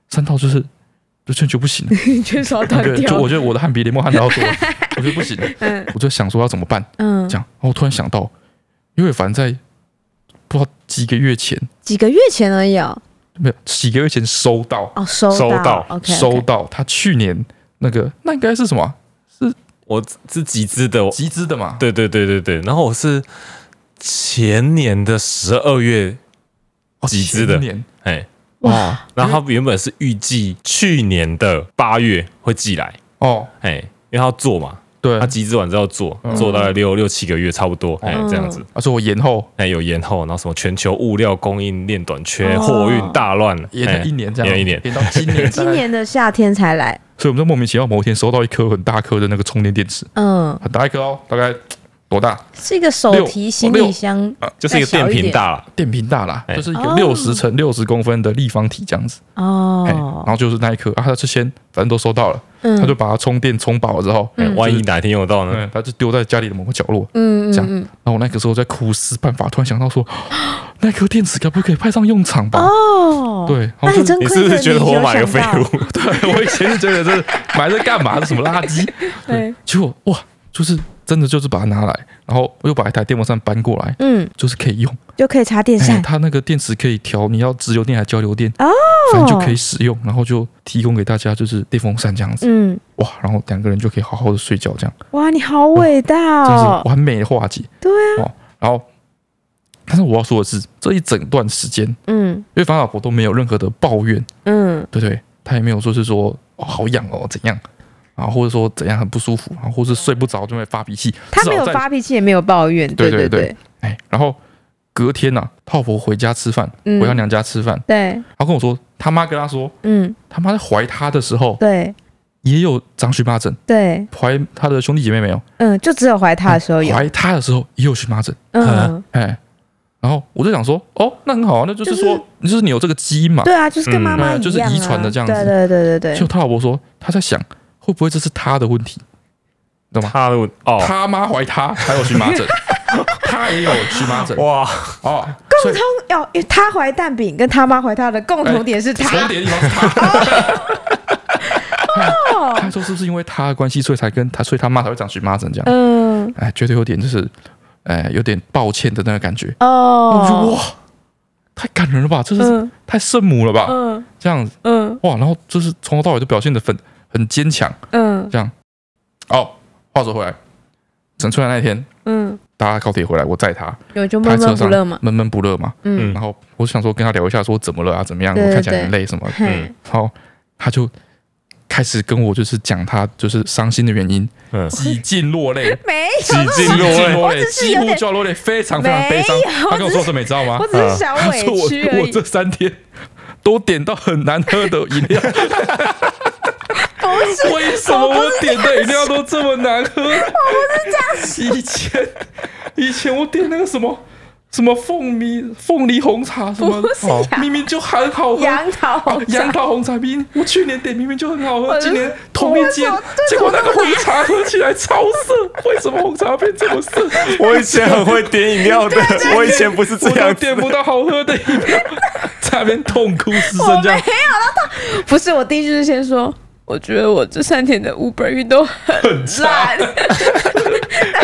扇到就是就全就不行了， 你全手我 断觉得就掉我，觉得我的汗比雷梦汗还要多， 我觉得不行了，嗯我就想说要怎么办，嗯这，样，然后我突然想到，因为凡在不知道几个月前，几个月前而已哦，没有几个月前收到哦，收收到到，OK，收到他去年那个那应该是什么啊我是集资的，集资的嘛？，对对对对对。然后我是前年的十二月，哦、集资的前年哎，哇然后他原本是预计去年的八月会寄来，哦，哎，因为他要做嘛，对，他集资完之后做嗯，做大概六六七个月差不多，哎，这样子。他啊说我延后哎，有延后，然后什么全球物料供应链短缺，哦货运大乱，延哎了一年这样，延了一年，延到今年， 今，年的夏天才来，所以我们就莫名其妙某一天收到一颗很大颗的那个充电电池，嗯，很大一颗哦，大概多大？是一个手提行哦李箱，就是一个电瓶大了，电瓶大啦，哎就是有哦六十乘六十公分的立方体这样子。哎，然哦，后就是那一颗啊，他是先反正都收到了，他就嗯把它充电充饱了之后，哎嗯万一哪天用得到呢？嗯，他就丢在家里的某个角落。嗯这嗯样嗯，然后我那个时候在苦思办法，突然想到说， 那颗电池该不可以派上用场吧？哦，对，然后那就你真你亏是不着是觉得我有买个想废到物？？ 对我以前是觉得这是买这干嘛？这什么垃圾？ 对，结果哇，就是真的就是把它拿来，然后我又把一台电风扇搬过来，嗯，就是可以用。就可以插电哎，扇，它那个电池可以调，你要直流电还是交流电，哦反正就可以使用，然后就提供给大家就是电风扇这样子，嗯，哇，然后两个人就可以好好的睡觉，这样哇，你好伟大真哦是，完美的化解。对啊，然后，但是我要说的是，这一整段时间，因嗯为方老婆都没有任何的抱怨，嗯对不对？她也没有说是说哦好痒哦怎样。啊，或者说怎样很不舒服，然后啊或是睡不着就会发脾气。他没至有少在发脾气，也没有抱怨，对对对对，哎，然后隔天呐、泡芙回家吃饭，嗯回到娘家吃饭，对，她跟我说，他妈跟她说，嗯他妈在怀她的时候对也有长荨麻疹，对，怀她的兄弟姐妹没有，嗯，就只有怀他的时呃候有，哎怀她的时候也有荨麻疹，嗯，哎，然后我就想说，哦，那很好啊，那就是说，就是、你有这个基因嘛。对啊，就是跟嗯妈妈对就是一样啊遗传的这样子对对对对就对，他老婆说，她在想会不会这是她的问题，干嘛他的哦，他妈怀她还有荨麻 疹，她也有荨麻疹哇，哦，所共以通要，因为他怀蛋饼跟他妈怀他的共同点是哎重他，叠的地方是 她。哦他说是不是因为她的关系，所以才跟她，所以她妈才会长荨麻疹这样？嗯哎，觉得有点就是，哎，有点抱歉的那个感觉。我就哦，哇，太感人了吧，这是嗯太圣母了吧，嗯这样子嗯哇，然后就是从头到尾都表现的很很坚强，嗯这样。哦，话说回来，整出来那一天，嗯，搭高铁回来，我载他，有就他闷在闷车不上乐嘛，闷闷不乐嘛。嗯嗯然后我想说跟他聊一下，说怎么了啊，怎么样，对我看对起来很对累什么的。嗯嘿，然后他就开始跟我就是讲他就是伤心的原因，嗯，几近落 泪，没几有，近落泪，我只是几有乎点就要落泪，非常非常悲伤没有。他跟我说什么，你知道吗我？只是想他委说我屈而我已，这三天都点到很难喝的饮料， 不是为什么我点的饮料都这么难喝？我不是这样。以前以前我点那个什么什么凤梨凤梨红茶什么的不是哦呀明明就很好喝。杨桃哦红杨茶，桃红茶冰，我去年点明明就很好我喝，就今年同一间我就，结果那个红茶喝起来超涩，为什么红茶变这么涩？ 我以前很会点饮料的，我以前不是这我都样点子。不到好喝的饮料，在那边痛哭失声这样，不是我第一句是先说，我觉得我这三天的 Uber 运都很很差 烂，，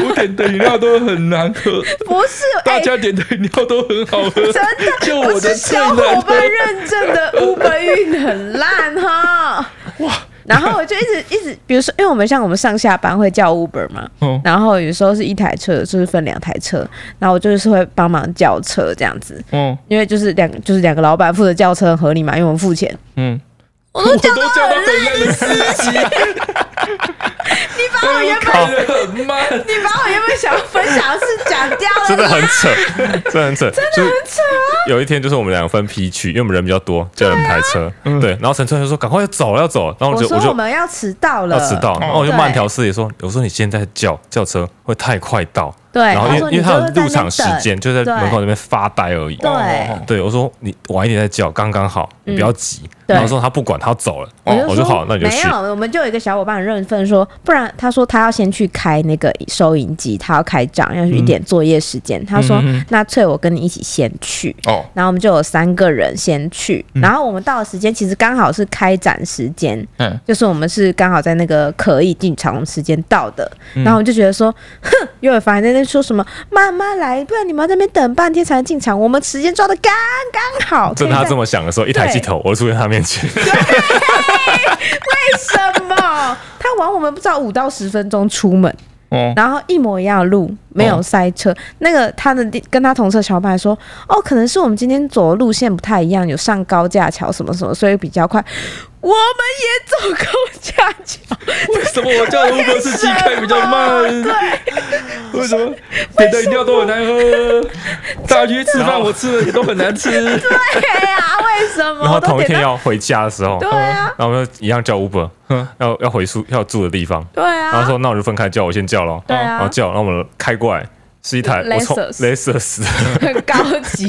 我点的饮料都很难喝，不是，大哎，家点的饮料都很好喝，真的，就不我是的最小伙难喝伴。认证的 Uber 运很烂哈。哇，然后我就一直一直，比如说，因为我们像我们上下班会叫 Uber 嘛，哦，然后有时候是一台车，就是分两台车，然后我就是会帮忙叫车这样子，哦，因为就是两就是两个老板负责叫车很合理嘛，因为我们付钱。嗯，我我都叫都到叫到很很烂的司机，你把我原本开的很慢，你把我原本想要分享的事讲掉 了，真的很扯，真的很 扯，啊真的很扯、有一天就是我们两个分批去，因为我们人比较多，叫人排车，对。然后陈春就说：“赶快要走了，要走了。”然后啊我我就说我就我们要迟到了，哦要迟到，然后我就对慢条斯理说：“我说你现在叫叫车会太快到，对，然后因说为因为你他就有在入那场边时等间，就在对门口那边发呆而哦已。”对，嗯对，我说你晚一点再叫，刚刚好，你不要急。对然后说他不管，他要走了。我哦就说我说好，那你就没去有，。我们就有一个小伙伴很认份说，不然他说他要先去开那个收银机，他要开账，要嗯一点作业时间。他说、那翠我跟你一起先去，哦，然后我们就有三个人先去，嗯然后我们到的时间其实刚好是开展时间，嗯，就是我们是刚好在那个可以进场时间到的，嗯然后我就觉得说，哼，又有凡在那边说什么慢慢来，不然你们要在那边等半天才能进场，我们时间抓的刚刚好，正他可以在这么想的时候，一抬起头，我就出现在他面 前。为什么？他晚我们不知道五到十分钟出门，哦，然后一模一样的路，没有塞车。那个他的弟跟他同车小伙伴说，哦，可能是我们今天走的路线不太一样，有上高架桥什么什么，所以比较快。我们也走高架桥，为什么我叫的 Uber 司机开比较慢？为什么点的饮料都很难喝？大家去吃饭，我吃的也都很难吃。对啊，为什么？然后我都同一点天到要回家的时候，对哦啊，然后我就一样叫 Uber，嗯要要回宿要住的地方。对啊，然后说那我就分开叫，我先叫咯。对然后啊，叫，然后我们开过来是一台我从 Lexus Lexus 很高级，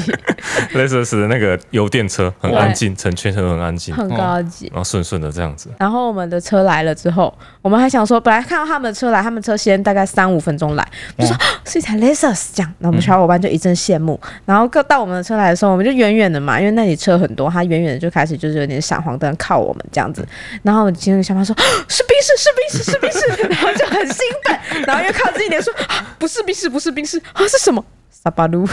Lexus 的那个油电车，很对安静，整圈车都很安静，很高级。然后顺顺的这样子。然后我们的车来了之后，我们还想说，本来看到他们的车来，他们车先大概三五分钟来，就说、啊是一台 Lexus 这样，那我们小伙伴就一阵羡慕。然后各到我们的车来的时候，我们就远远的嘛，因为那里车很多，他远远的就开始就是有点闪黄灯靠我们这样子。然后我其中一个小伙伴说、啊是冰室，是冰室，是冰室，然后就很兴奋，然后又靠自己脸说、啊不是冰室，不是冰室啊是什么？萨巴鲁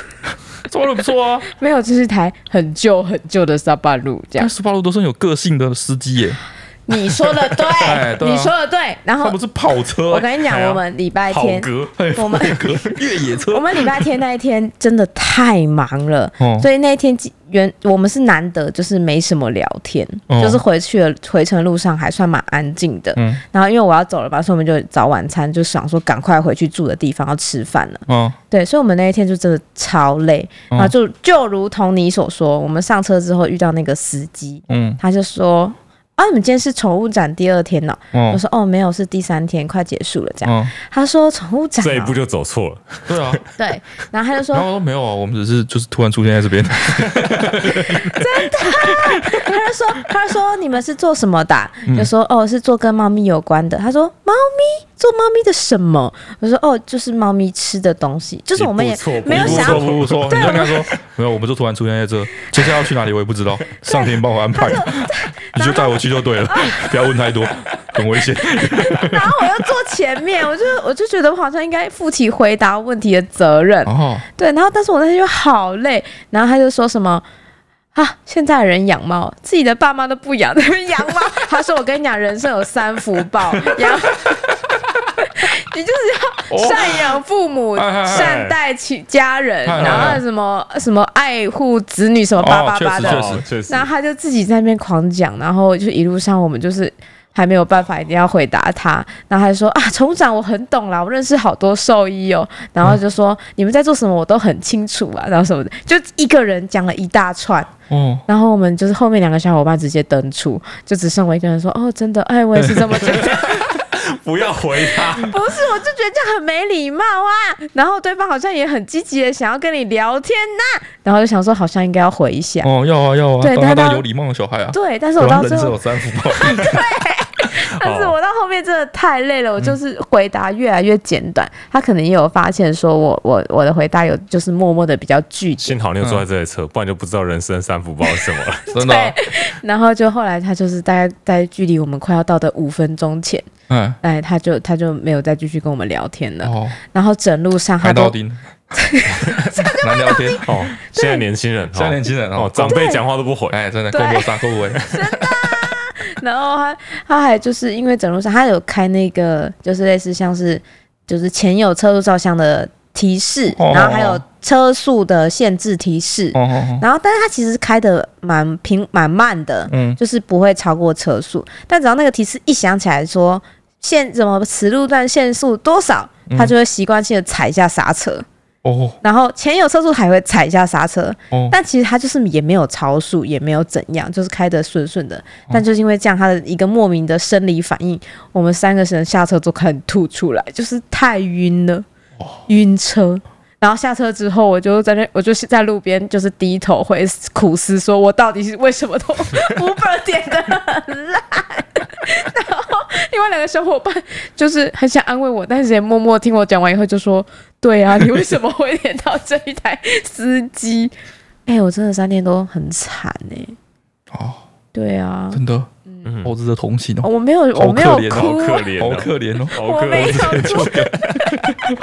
做的不错啊，没有，这是一台很旧很旧的萨巴鲁这但。样斯巴鲁都是很有个性的司机耶，你说的对，哎对啊你说的对。然他后们是跑车我 欸，跟你讲，哎呀我们礼拜跑天，哥，哎我们风格 越野车我。们礼拜天那一天真的太忙了，哦所以那一天几原我们是难得就是没什么聊天，哦就是回去了回程路上还算蛮安静的。嗯然后因为我要走了吧，所以我们就找晚餐，就想说赶快回去住的地方要吃饭了。啊，对，所以我们那一天就真的超累，嗯然后就就如同你所说，我们上车之后遇到那个司机，嗯他就说。啊，你们今天是宠物展第二天呢、我嗯说哦，没有，是第三天，快结束了这样。嗯，他说宠物展、这一哦步，就走错了。对啊，对，然后他就然说，后我说没有啊，我们只是就是突然出现在这边，哎他就说，他就说你们是做什么的啊、嗯就说哦，是做跟猫咪有关的。他说猫咪做猫咪的什么？我说哦，就是猫咪吃的东西，就是我们一也步错步 没有不想说要。不不说，你就跟他说没有，我们就突然出现在这，接下来要去哪里我也不知道，上天帮我安排， 你就带我去就对了，不要问太多，很危险。然后我又坐前面，我就我就觉得我好像应该负起回答问题的责任。哦，对，然后但是我那天就好累，然后他就说什么啊，现在人养猫，自己的爸妈都不养，在那边养 猫。他说我跟你讲，人生有三福报，养。 你就是要赡养父母，哎哎哎善待其家人，哎哎哎然后什么什么爱护子女，什么叭叭 叭确的。实哦确实然后他就自己在那边狂讲，然后就一路上我们就是还没有办法，一定要回答他。然后他就说啊，重长我很懂啦，我认识好多兽医哦。然后就说、你们在做什么，我都很清楚啊，然后什么的，就一个人讲了一大串。哦，然后我们就是后面两个小伙伴直接登出，就只剩我一个人说哦，真的，哎，我也是这么觉得。不要回他，不是，我就觉得这样很没礼貌啊。然后对方好像也很积极的想要跟你聊天呐、然后就想说好像应该要回一下。哦，要啊要啊，对当他但当他有礼貌的小孩啊。对，但是我果然到人最生后有三福报， 但是哦我到后面真的太累嗯了，我就是回答越来越简短。他可能也有发现，说我我我的回答有就是默默的比较具体，幸好你有坐在这台车，不然就不知道人生三福报是什 么了。真的啊，然后就后来他就是大概在距离我们快要到的五分钟前，哎，哎，他就他就没有再继续跟我们聊天了。哦，然后整路上他拍到都丁，难聊天，哦，现在年轻人，现在年轻人哦哦，，长辈讲话都不回，哎，真的够对不上，够不为， 然后他他还就是因为整路上他有开那个就是类似像是就是前有车速照相的提示，哦然后还有车速的限制提示，哦哦，哦然后但是他其实开的蛮平蛮慢的，嗯，就是不会超过车速，但只要那个提示一响起来说限什么此路段限速多少，嗯他就会习惯性的踩一下刹车，哦然后前有车速还会踩一下刹车，哦，但其实他就是也没有超速，也没有怎样，就是开得顺顺的。但就是因为这样，他的一个莫名的生理反应，我们三个人下车都开始吐出来，就是太晕了，晕车。然后下车之后，我就在那，我就是在路边，就是低头会苦思，说我到底是为什么都 Uber 点的很烂。然后另外两个小伙伴就是很想安慰我，但是也默默听我讲完以后就说：“对啊，你为什么会点到这一台司机？” 哎、我真的三天都很惨哎、哦，对 啊，真的，嗯，我值得同情哦，我没有，好我没可有怜好哭，可怜好哦，可怜哦，好我可没有怜，哭，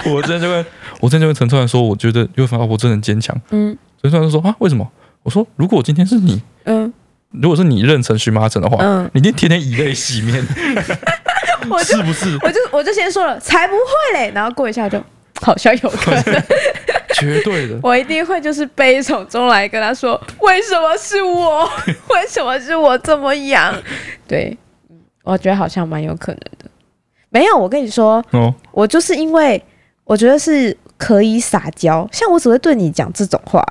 我之前就跟 我之前就跟陈川说，我觉得又发现我真的很坚强，嗯陈川就说啊，为什么？我说如果今天是你，嗯如果是你认成荨麻疹的话，嗯，你一定天天以泪洗面， 我就是不是？我就我就先说了，才不会嘞，然后过一下就。好像有可能，绝对的，我一定会就是悲从中来跟他说，为什么 是我？为什么是我这么痒？对，我觉得好像蛮有可能的。没有，我跟你说，哦我就是因为我觉得是可以撒娇，像我只会对你讲这种话，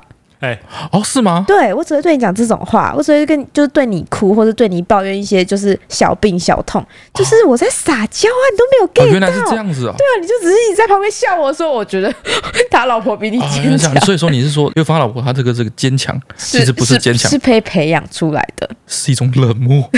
哎，哦，是吗？对我只会对你讲这种话，我只会跟就是对你哭或者对你抱怨一些就是小病小痛，就是我在撒娇啊，你都哦，没有原 get 到，来是这样子哦。对啊，你就只是你在旁边笑我说，我觉得 他老婆比你哦，原坚来是这强样，，所以说你是说月芳老婆她这个这个坚强，其实不是坚强是，被培养出来的，是一种冷 漠。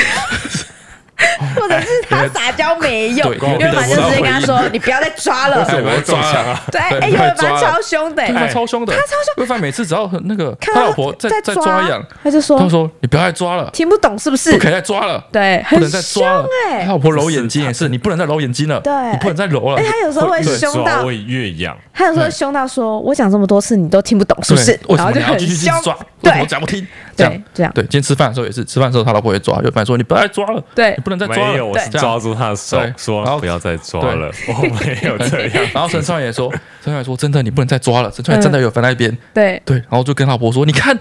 或者是他撒娇没用， 对因为反正就直接跟他说，你不要再抓 了，怎么撞墙啊？对，对哎，不有要人抓把他了超凶的、对欸方超凶的，他超凶。魏范每次只要那个看他到老婆在在抓痒，他就他说说：“你不要再抓了，听不懂是不是不？可以再抓了，对，不很能再凶抓了。”哎、他老婆揉眼睛也是，你不能再揉眼睛了，对你不能再揉了哎、。他有时候会对，凶抓到，会越痒，他有时候对凶到说，我讲这么多次你都听不懂是不对是？为然什后么就你要很继续一凶直，抓？为对什么我讲不听？这对样，这样，对，今天吃饭的时候也是，吃饭的时候他老婆也抓，就反正说你不要再抓了，对你不能再抓没有，了。我是这样抓住他的手对然说后不要再抓了， 我没有这 样。 然后陈少爷说，陈少爷说真的，你不能再抓了。陈少爷站在有凡那一边，对，对，然后就跟老婆说，你看。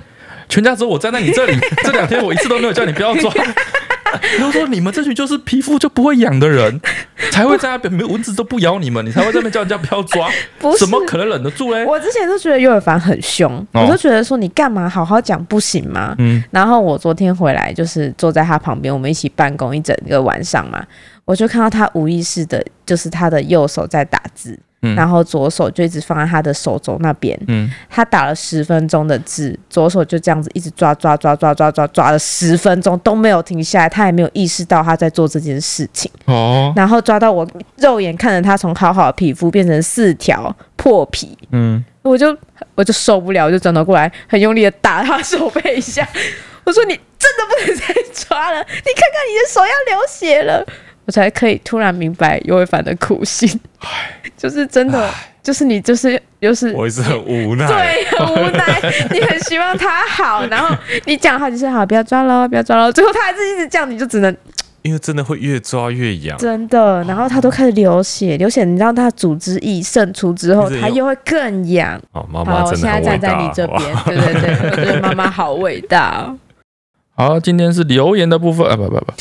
全家只有我站在你这里，这两天我一次都没有叫你不要抓。 然后说你们这群就是皮肤就不会痒的人，才会在那边没有蚊子都不咬你们，你才会在那边叫人家不要抓，不是怎么可能忍得住嘞？ 我之前都觉得尤尔凡很凶，哦我都觉得说你干嘛好好讲不行吗？嗯，然后我昨天回来就是坐在他旁边，我们一起办公一整个晚上嘛，我就看到他无意识的，就是他的右手在打字，嗯然后左手就一直放在他的手肘那边，嗯，他打了十分钟的字，左手就这样子一直抓抓抓抓抓抓抓了十分钟都没有停下来，他也没有意识到他在做这件事情。哦，然后抓到我肉眼看着他从好好的皮肤变成四条破皮，嗯，我就我就受不了，我就转头过来很用力的打他手背一下， 我说你真的不能再抓了，你看看你的手要流血了，我才可以突然明白尤伟凡的苦心，就是真的，就是你就是就是我也是很无奈。对，很无奈。 你很希望他好，然后你讲好就是好，不要抓喽，不要抓喽。最后他还是一直这样，你就只能因为真的会越抓越痒，真的。然后他都开始流血，流血，你知道他组织液渗出之后，你这他又会更痒。哦，妈好了，妈我真现的在很伟站在大你这哦。边，对对对，我觉得妈妈好伟大 哦。好，今天是留言的部分啊，不不 不，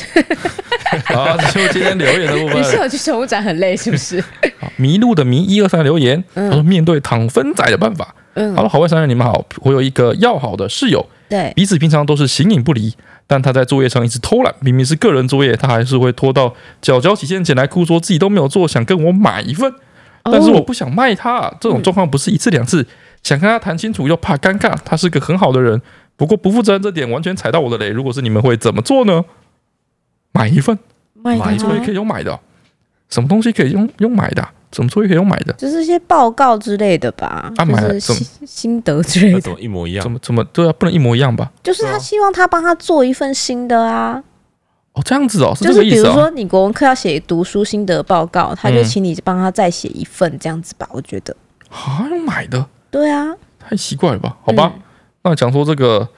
好，就今天留言的部你是分。有去宠物展很累是不是？好迷路的迷一二三留言， 嗯他说面对躺分仔的办法。嗯好，了，好外三人，你们好，我有一个要好的室友，对，彼此平常都是形影不离，但他在作业上一直偷懒，明明是个人作业，他还是会拖到缴交期限前来哭，说自己都没有做，想跟我买一份，哦但是我不想卖他。这种状况不是一次两次，想跟他谈清楚又怕尴尬。他是个很好的人，不过不负责任这点完全踩到我的雷。如果是你们会怎么做呢？买一份卖买作业可它以用买的哦，什么东西可以用用买的啊？什么作业可以用买的？就是一些报告之类的吧，啊就买了是怎么呃心心得之类那的，怎么一模一怎样？么怎么对啊？不能一模一样吧？就是他希望他帮他做一份新的啊。哦，这样子哦，是就这是个意比思如哦。说你国文课要写读书心得报告，他就嗯请你帮他再写一份这样子吧，我觉得。啊，用买的对啊，太奇怪了吧？好吧，嗯那讲说这个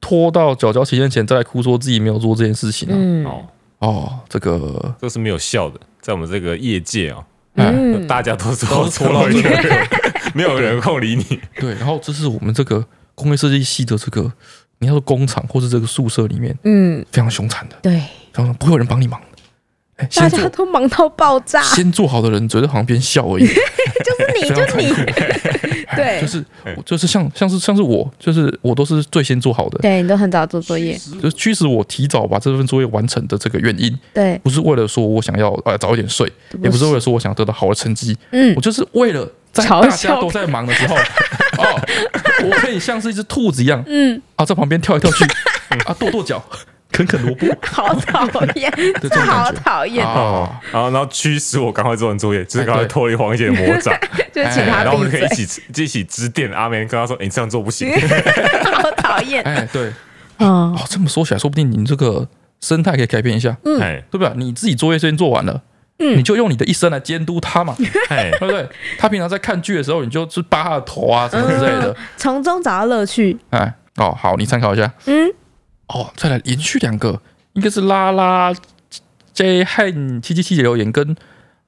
拖到缴交期限前再来哭，说自己没有做这件事情啊。 嗯哦，哦，这个这是没有效的，在我们这个业界哦，哎嗯，大家都是都是拖到最最后， 没有人空理你。对，然后这是我们这个工业设计系的这个，你要说工厂或是这个宿舍里面嗯，非常凶残的，对，非常不会有人帮你忙的。哎，大先家做都忙到爆炸，先做好的人只会在旁边笑 而已。就是非 你，就你，对就是我就是像像是像是我，就是我都是最先做好的，对你都很早做作业，就是驱使我提早把这份作业完成的这个原因，对，不是为了说我想要呃早一点睡，也不是为了说我想得到好的成绩，嗯我，就是为了在嘲大笑家都在忙的 时候，哦，我可以像是一只兔子一样，嗯，啊，在旁边跳来跳去，啊，跺跺脚，啃啃萝 卜，好讨 厌，对这这种好感觉。讨厌，啊，然后，然后驱使我赶快做完作业，就是赶快哎对脱离黄姐的魔 掌，就是请哎他然后我闭们就可以嘴一，起就一起指点阿梅，跟他说：“哎，你这样做不行。好讨厌，哎，对，嗯哦，这么说起来，说不定你这个生态可以改变一下，” 嗯哎对不对？你自己作业先做完了，嗯你就用你的一生来监督他 嘛，对哎，不对？他平常在看剧的时候，你就是扒他的头啊，什么之类的，从中找到乐趣，哎，哦，好，你参考一下。嗯，哦，再来连续两个，应该是拉拉 J 和七七七姐留言，跟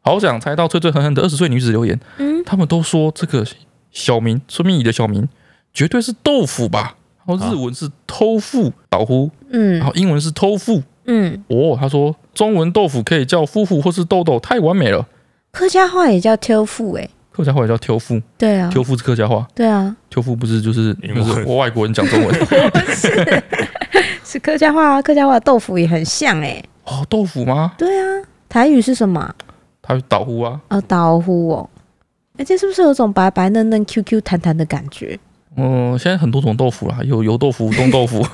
好想猜到最最狠狠的二十岁女子留言，嗯，他们都说这个小明孙明宇的小明绝对是豆腐吧？啊然后日文是偷富倒呼，然嗯后英文是偷富。嗯，哦，他说中文豆腐可以叫夫妇或是豆豆，太完美了。客家话也叫挑夫哎，客家话也叫挑夫，对啊，挑夫是客家话，对啊，挑夫不是就是英就文是外国人讲中文 是是客家话啊，客家话的豆腐也很像哎、哦，豆腐吗？对啊，台语是什么啊？他是倒呼啊，哦，刀呼哦，而且是不是有种白白嫩嫩、Q Q 弹弹的感觉？嗯，现在很多种豆腐啦，有油豆腐、冻豆腐，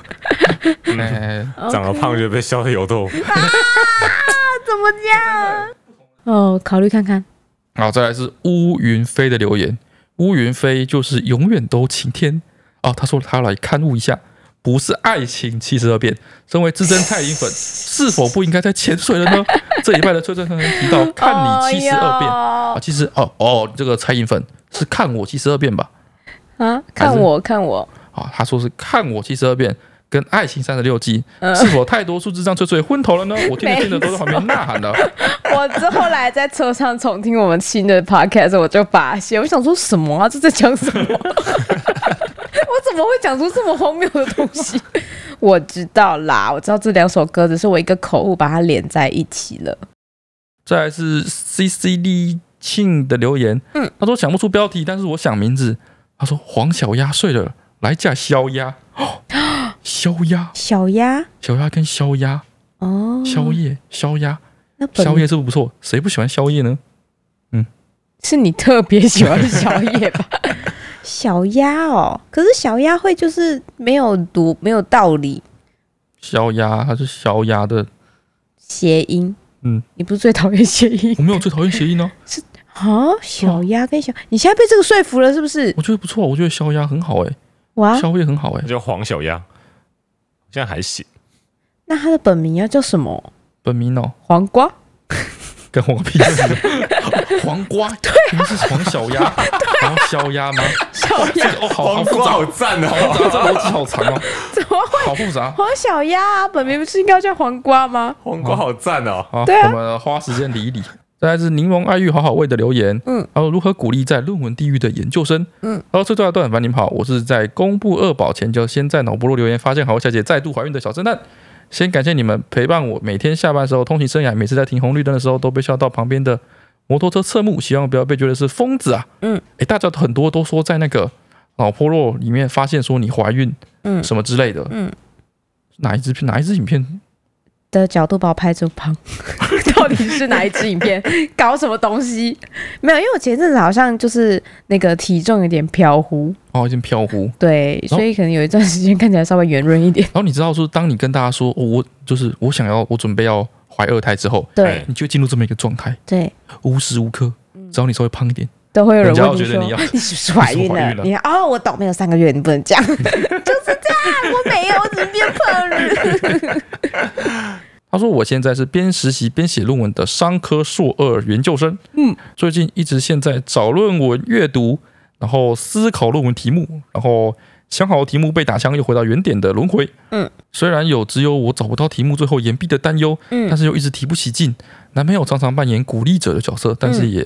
哎，长得胖就被削的油豆腐，怎么样？哦，考虑看看。好，再来是乌云飞的留言。乌云飞就是永远都晴天哦。他说他来刊物一下，不是爱情七十二变。身为资深蔡英粉，是否不应该再潜水了呢？这礼拜的崔振成提到看你七十哎二变、啊，变其实哦哦，这个蔡英粉是看我七十二变吧？啊！看我，看我，啊，他说是看我七十二变。跟爱情三十六计嗯是否太多数字让翠翠昏头了呢？我听着听着都在旁边呐喊了。我之后来在车上重听我们新的 podcast，我就发现，我想说什么啊？这在讲什么？ 我怎么会讲出这么荒谬的东西？我知道啦，我知道这两首歌只是我一个口误把它连在一起了。再来是 C C D 庆的留言，嗯，他说想不出标题，但是我想名字。他说黄小鸭睡了，来架小 鸭，哦，小鸭，小鸭小鸭跟小鸭，哦，宵夜，小鸭，那本宵夜是不是不错？谁不喜欢宵夜呢？是你特别喜欢小野 吧？小鸭哦，可是小鸭会就是没有读没有道理小鸭，它是小鸭的，谐音。嗯，你不是最讨厌谐音我没有最讨厌谐音 哦，啊？小鸭跟小，你现在被这个说服了是不是？我觉得不错，我觉得小鸭很好哎、哇，宵夜很好哎、叫黄小鸭，现在还行。那它的本名要叫什么？本名哦，黄 瓜？跟我屁事， 黄瓜，对、啊你们是黄小鸭，然后小鸭吗？小这鸭个哦，好好复杂哦好赞好哦！复杂，这个逻辑好长哦， 怎么会？好复杂。黄小鸭啊，本名不是应该叫黄瓜吗？黄瓜好赞哦！好，对啊我们花时间理一理。再来是柠檬爱玉好好味的留言，嗯，然后如何鼓励在论文地狱的研究生，嗯，然后最大段，凡你们好，我是在公布二宝前就先在脑波落留言发现好小姐再度怀孕的小侦探，先感谢你们陪伴我每天下班的时候通行生涯，每次在停红绿灯的时候都被笑到旁边的摩托车侧目，希望不要被觉得是疯子啊，嗯，诶，大家很多都说在那个脑波落里面发现说你怀孕，嗯什么之类的，嗯，哪一支哪一支影片的角度把我拍住胖， 到底是哪一支影片？ 搞什么东西？没有，因为我前阵子好像就是那个体重有点飘忽，哦，已经飘忽。对，哦所以可能有一段时间看起来稍微圆润 一点。然后你知道说，当你跟大家说、哦我就是我想要我准备要怀二胎之后，对哎你就会进入这么一个状态，对，无时无刻，只要你稍微胖一点，都会有人人家问要觉得说你要你是不是怀孕怀了？孕了你看哦，我懂，没有三个月，你不 能讲，就是这样，我没有，我只是变胖了。 他说：“我现在是边实习边写论文的商科硕二研究生，嗯，最近一直现在找论文阅读，然后思考论文题目，然后想好题目被打枪，又回到原点的轮回。嗯，虽然有只有我找不到题目最后延毕的担忧，嗯但是又一直提不起劲。男朋友常常扮演鼓励者的角色，但是也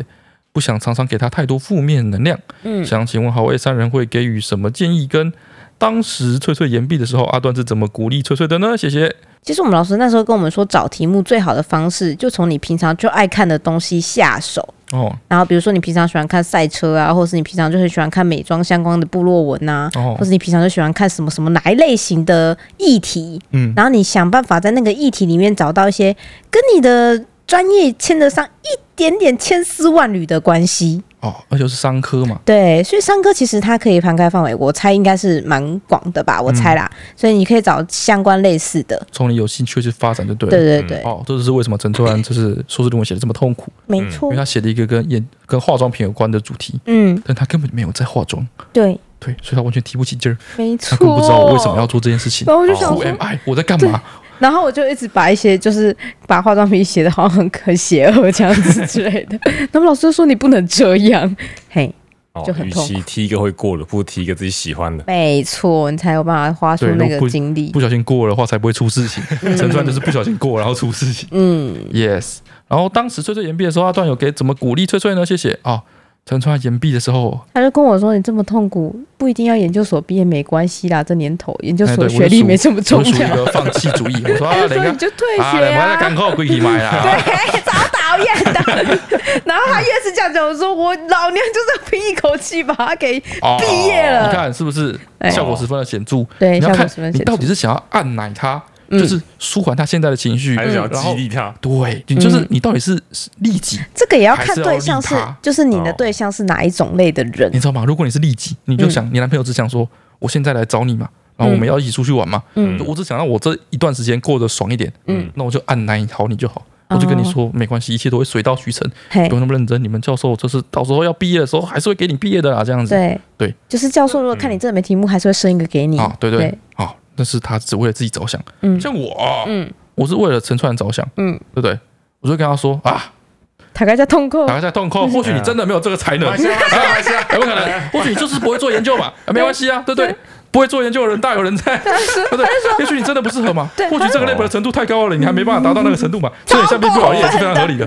不想常常给他太多负面能量。嗯想请问好味三人会给予什么建议？跟当时翠翠延毕的时候，阿段是怎么鼓励翠翠的呢？谢谢。”其实我们老师那时候跟我们说，找题目最好的方式就从你平常就爱看的东西下手。哦然后比如说你平常喜欢看赛车啊，或者是你平常就很喜欢看美妆相关的部落文啊，哦或，者你平常就喜欢看什么什么哪一类型的议题，嗯。然后你想办法在那个议题里面找到一些跟你的专业牵得上一点点千丝万缕的关系。哦，那就是商科嘛。对，所以商科其实它可以涵盖范围，我猜应该是蛮广的吧，我猜啦。嗯所以你可以找相关类似的。从你有兴趣去发展就对了。对对对，哦，这就是为什么陈突然就是硕士论文写的这么痛苦，没嗯因错为。他写了一个跟眼跟化妆品有关的主题，嗯，但他根本没有在化妆，对，对，所以他完全提不起劲儿，没他错。 更不知道我为什么要做这件事情。然后我就哦想 Who 说 am，I？我在干嘛？然后我就一直把一些就是把化妆品写的好像很很邪恶这样子之类 的，他们老师就说你不能这样，嘿，哦就，很与痛其踢一个会过的，不如踢一个自己喜欢的。没错，你才有办法花出对那如个果精力不。小心过了的话才不会出事情。陈突然就是不小心过，然后出事情。嗯， Yes，然后当时翠翠岩壁的时候，阿段有给怎么鼓励翠翠呢？谢谢哦。陈川岩壁的时候，他就跟我说：“你这么痛苦，不一定要研究所毕业没关系啦，这年头研究哎对所我就学历属没这么重我属于一要。 个放弃主义。我说啊，他就人说：“家你就退啊，学人家啊 港口归去买啦。早打讨厌的。 然后他越是这样讲，我说我老娘就是要拼一口气把他给哦毕业了你看是不是哎效果十分的显著？对你要效果看十分你显到著底是想要按奶他，嗯就是舒缓他现在的情绪，还是想要然后激励他。对，你就是嗯你到底是是利己，这个也要看对象还是要哦利他就是你的哦对象是哪一种类的人你。知道吗？如果你是利己，你嗯就想你男朋友只想说，我现在来找你嘛，然后我们要一起出去玩嘛，嗯我只想让我这一段时间过得爽一点，嗯，哦那我就按奶好你就好。我就跟你说，没关系，一切都会水到渠成，嘿不，用那么认真。你们教授就是到时候要毕业的时候，还是会给你毕业的啦，这样子。对对，就是教授如果看你真的没题目，还是会生一个给你啊，对对嗯对，，啊，但是他只为了自己着想。嗯像我，啊嗯我是为了陈川着想，嗯，对不对？我就跟他说啊，大概在痛苦打。开下洞口，或许你真的没有这个才能，马来西亚马来西亚 有没有可能？或许你就是不会做研究嘛，啊没关系啊，对不对？ 不会做研究的人大有人在， 对不对？也许你真的不适合嘛，对或许这个 level 的程度太高了，你还没办法达到那个程嗯度嘛，所以你下辈子不熬夜也是非常合理的，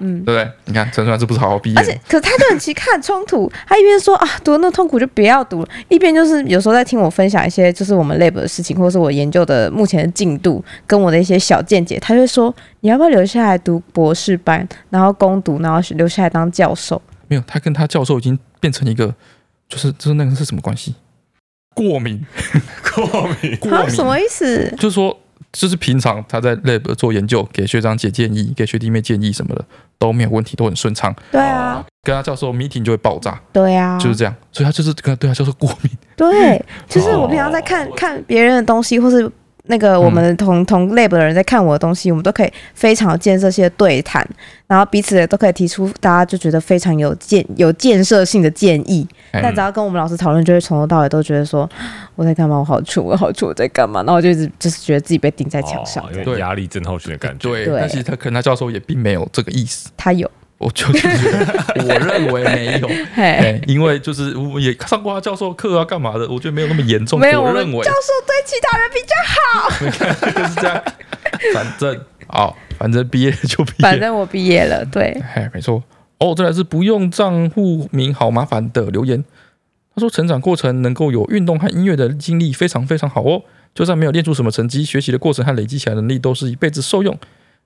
嗯，对不对？你看陈川是不是好好毕业？而且，可他就很奇看冲突，他一边说啊，读得那么痛苦就不要读了，一边就是有时候在听我分享一些就是我们 lab 的事情，或是我研究的目前的进度跟我的一些小见解，他就会说你要不要留下来读博士班，然后攻读，然后留下来当教授。没有，他跟他教授已经变成一个，就是就是那个是什么关系？过敏， 过敏，过啊，敏，什么意思？就是说，就是平常他在 lab 做研究，给学长姐建议，给学弟妹建议什么的都没有问题，都很顺畅。对哦啊，跟他教授 meeting 就会爆炸，对啊，就是这样。所以他就是跟他对他教授过敏，对，就是我平常在看、看别人的东西，或是那个我们同、同 lab 的人在看我的东西，我们都可以非常有建设性的对谈，然后彼此也都可以提出大家就觉得非常有建有建设性的建议。哎但只要跟我们老师讨论，就会从头到尾都觉得说我在干嘛，我好蠢，我好蠢，我在干嘛，然后我就一直就是觉得自己被钉在墙上哦。有对点压力症候群的感觉。对，对但其实他可能他教授也并没有这个意思，他有，我就是觉 得我认为没有。嘿，哎，因为就是我也上过他教授课啊，干嘛的？我觉得没有那么严重。没有，我我们认为教授对其他人比较好，你看就是这样。反正哦，反正毕业就毕业，反正我毕业了，对，哎，没错。哦，再来是不用账户名好麻烦的留言。他说，成长过程能够有运动和音乐的经历，非常非常好哦。就算没有练出什么成绩，学习的过程和累积起来的能力都是一辈子受用。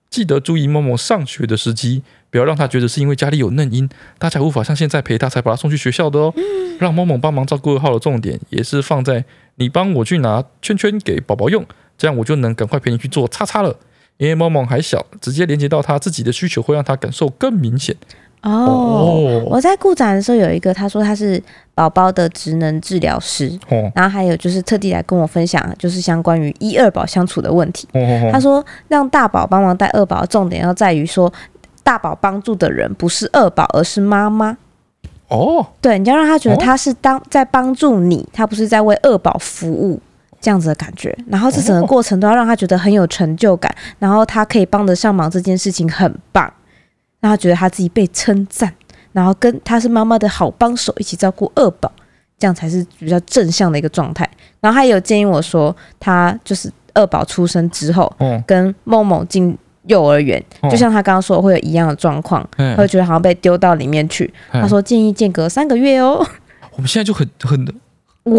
记得注意默默上学的时机，不要让他觉得是因为家里有嫩婴，大家无法像现在陪他才把他送去学校的哦。让默默帮忙照顾二号的重点也是放在你帮我去拿圈圈给宝宝用，这样我就能赶快陪你去做叉叉了。因为猫萌还小，直接连接到他自己的需求，会让他感受更明显。哦。我在顾展的时候有一个，他说他是宝宝的职能治疗师，哦然后还有就是特地来跟我分享，就是相关于一二宝相处的问题。哦哦他说让大宝帮忙带二宝，重点要在于说大宝帮助的人不是二宝，而是妈妈。哦，对，你要让他觉得哦他是当在帮助你，他不是在为二宝服务。这样子的感觉，然后这整个过程都要让他觉得很有成就感，然后他可以帮得上忙这件事情很棒，让他觉得他自己被称赞，然后跟他是妈妈的好帮手，一起照顾二宝，这样才是比较正向的一个状态。然后他也有建议我说，他就是二宝出生之后，哦跟梦梦进幼儿园，哦就像他刚刚说的会有一样的状况，哎会觉得好像被丢到里面去。哎他说建议间隔三个月哦，我们现在就很很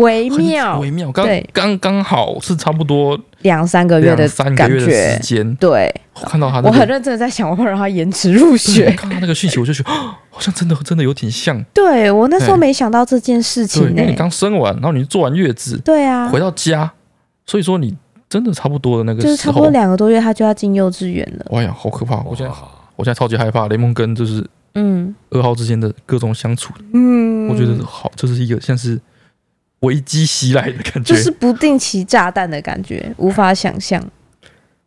微很妙微妙，刚对刚刚好是差不多两三个月两的三个感月的时觉。间。对，我看到他我啊那很个，认真的在想，我会让他延迟入对我学。看到那个讯息，我就觉得哦好像真的真的有点像。对我那时候哎没想到这件事对，情因呢、为你刚生完，然后你做完月子，对啊回，到家，所以说你真的差不多的那个就是时差不多候。两个多月，他就要进幼稚园了。哎呀，好可怕！我哇现在我现在超级害怕雷蒙跟就是嗯二号之间的各种相处，嗯，我觉得好，这是一个像是危机袭来的感觉。就是不定期炸弹的感觉，无法想象。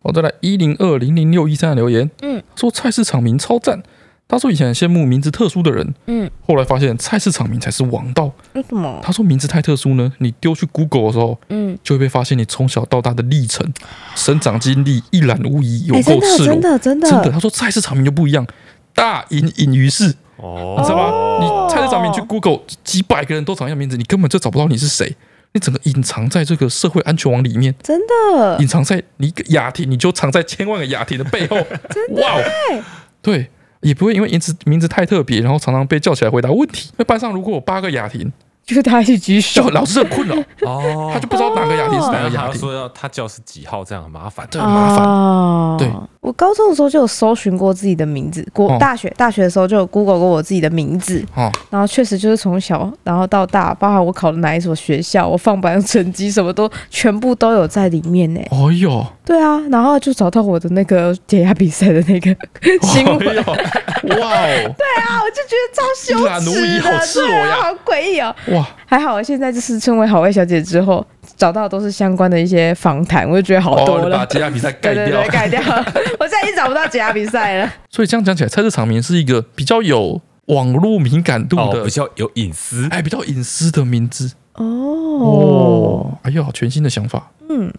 哦，再来一零二零零六一三的留言，嗯，说菜市场名超赞。他说以前很羡慕名字特殊的人，嗯，后来发现菜市场名才是王道。为什么？他说名字太特殊呢，你丢去 Google 的时候，嗯，就会被发现你从小到大的历程、生长经历一览无遗，有哎、真够的赤裸真。的真的真的，他说菜市场名就不一样，大隐隐于市，你哦，知道吗？哦你菜市场名去 Google 几百个人都长一样名字，你根本就找不到你是谁，你整个隐藏在这个社会安全网里面。真的隐藏在你一个雅婷，你就藏在千万个雅婷的 背后。哇哦，对，也不会因为名字名字太特别，然后常常被叫起来回答问题。那班上如果有八个雅婷，就是他一直 就举手，老师很困 扰，哦他就不知道哪个雅哦典是哪然个后还雅要典。说要他教是几号，这样很麻烦。很麻烦哦对，我高中的时候就有搜寻过自己的名字，国哦大学大学的时候就有 Google 过我自己的名字，哦，然后确实就是从小然后到大，包含我考的哪一所学校，我放榜的成绩什么都全部都有在里面呢。哦哟，对啊，然后就找到我的那个解压比赛的 那个新闻， 哎呦哇哦，啊，我就觉得超羞一览无遗耻的，好赤裸对啊呀好诡异哦。哇，还好我现在就是成为好味小姐之后，找到的都是相关的一些访谈，我就觉得好多哦你了。把接下比赛对干对掉对，。改掉 了！我现在已经找不到解压比赛了。所以这样讲起来，菜市场名是一个比较有网络敏感度哦，的比，较有隐私。哎，比较隐私的名字。哦，哦，哎呦，好全新的想法。嗯，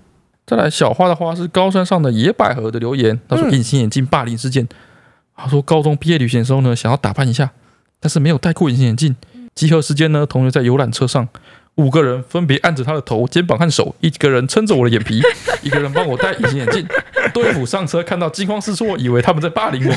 再来，小花的花是高山上的野百合的留言，他说嗯隐形眼镜霸凌事件。他说高中毕业旅行的时候呢，想要打扮一下，但是没有戴过隐形眼镜。集合时间呢，同学在游览车上，五个人分别按着他的头、肩膀和手，一个人撑着我的眼皮，一个人帮我戴隐形眼镜。队伍上车看到惊慌失措，以为他们在霸凌我。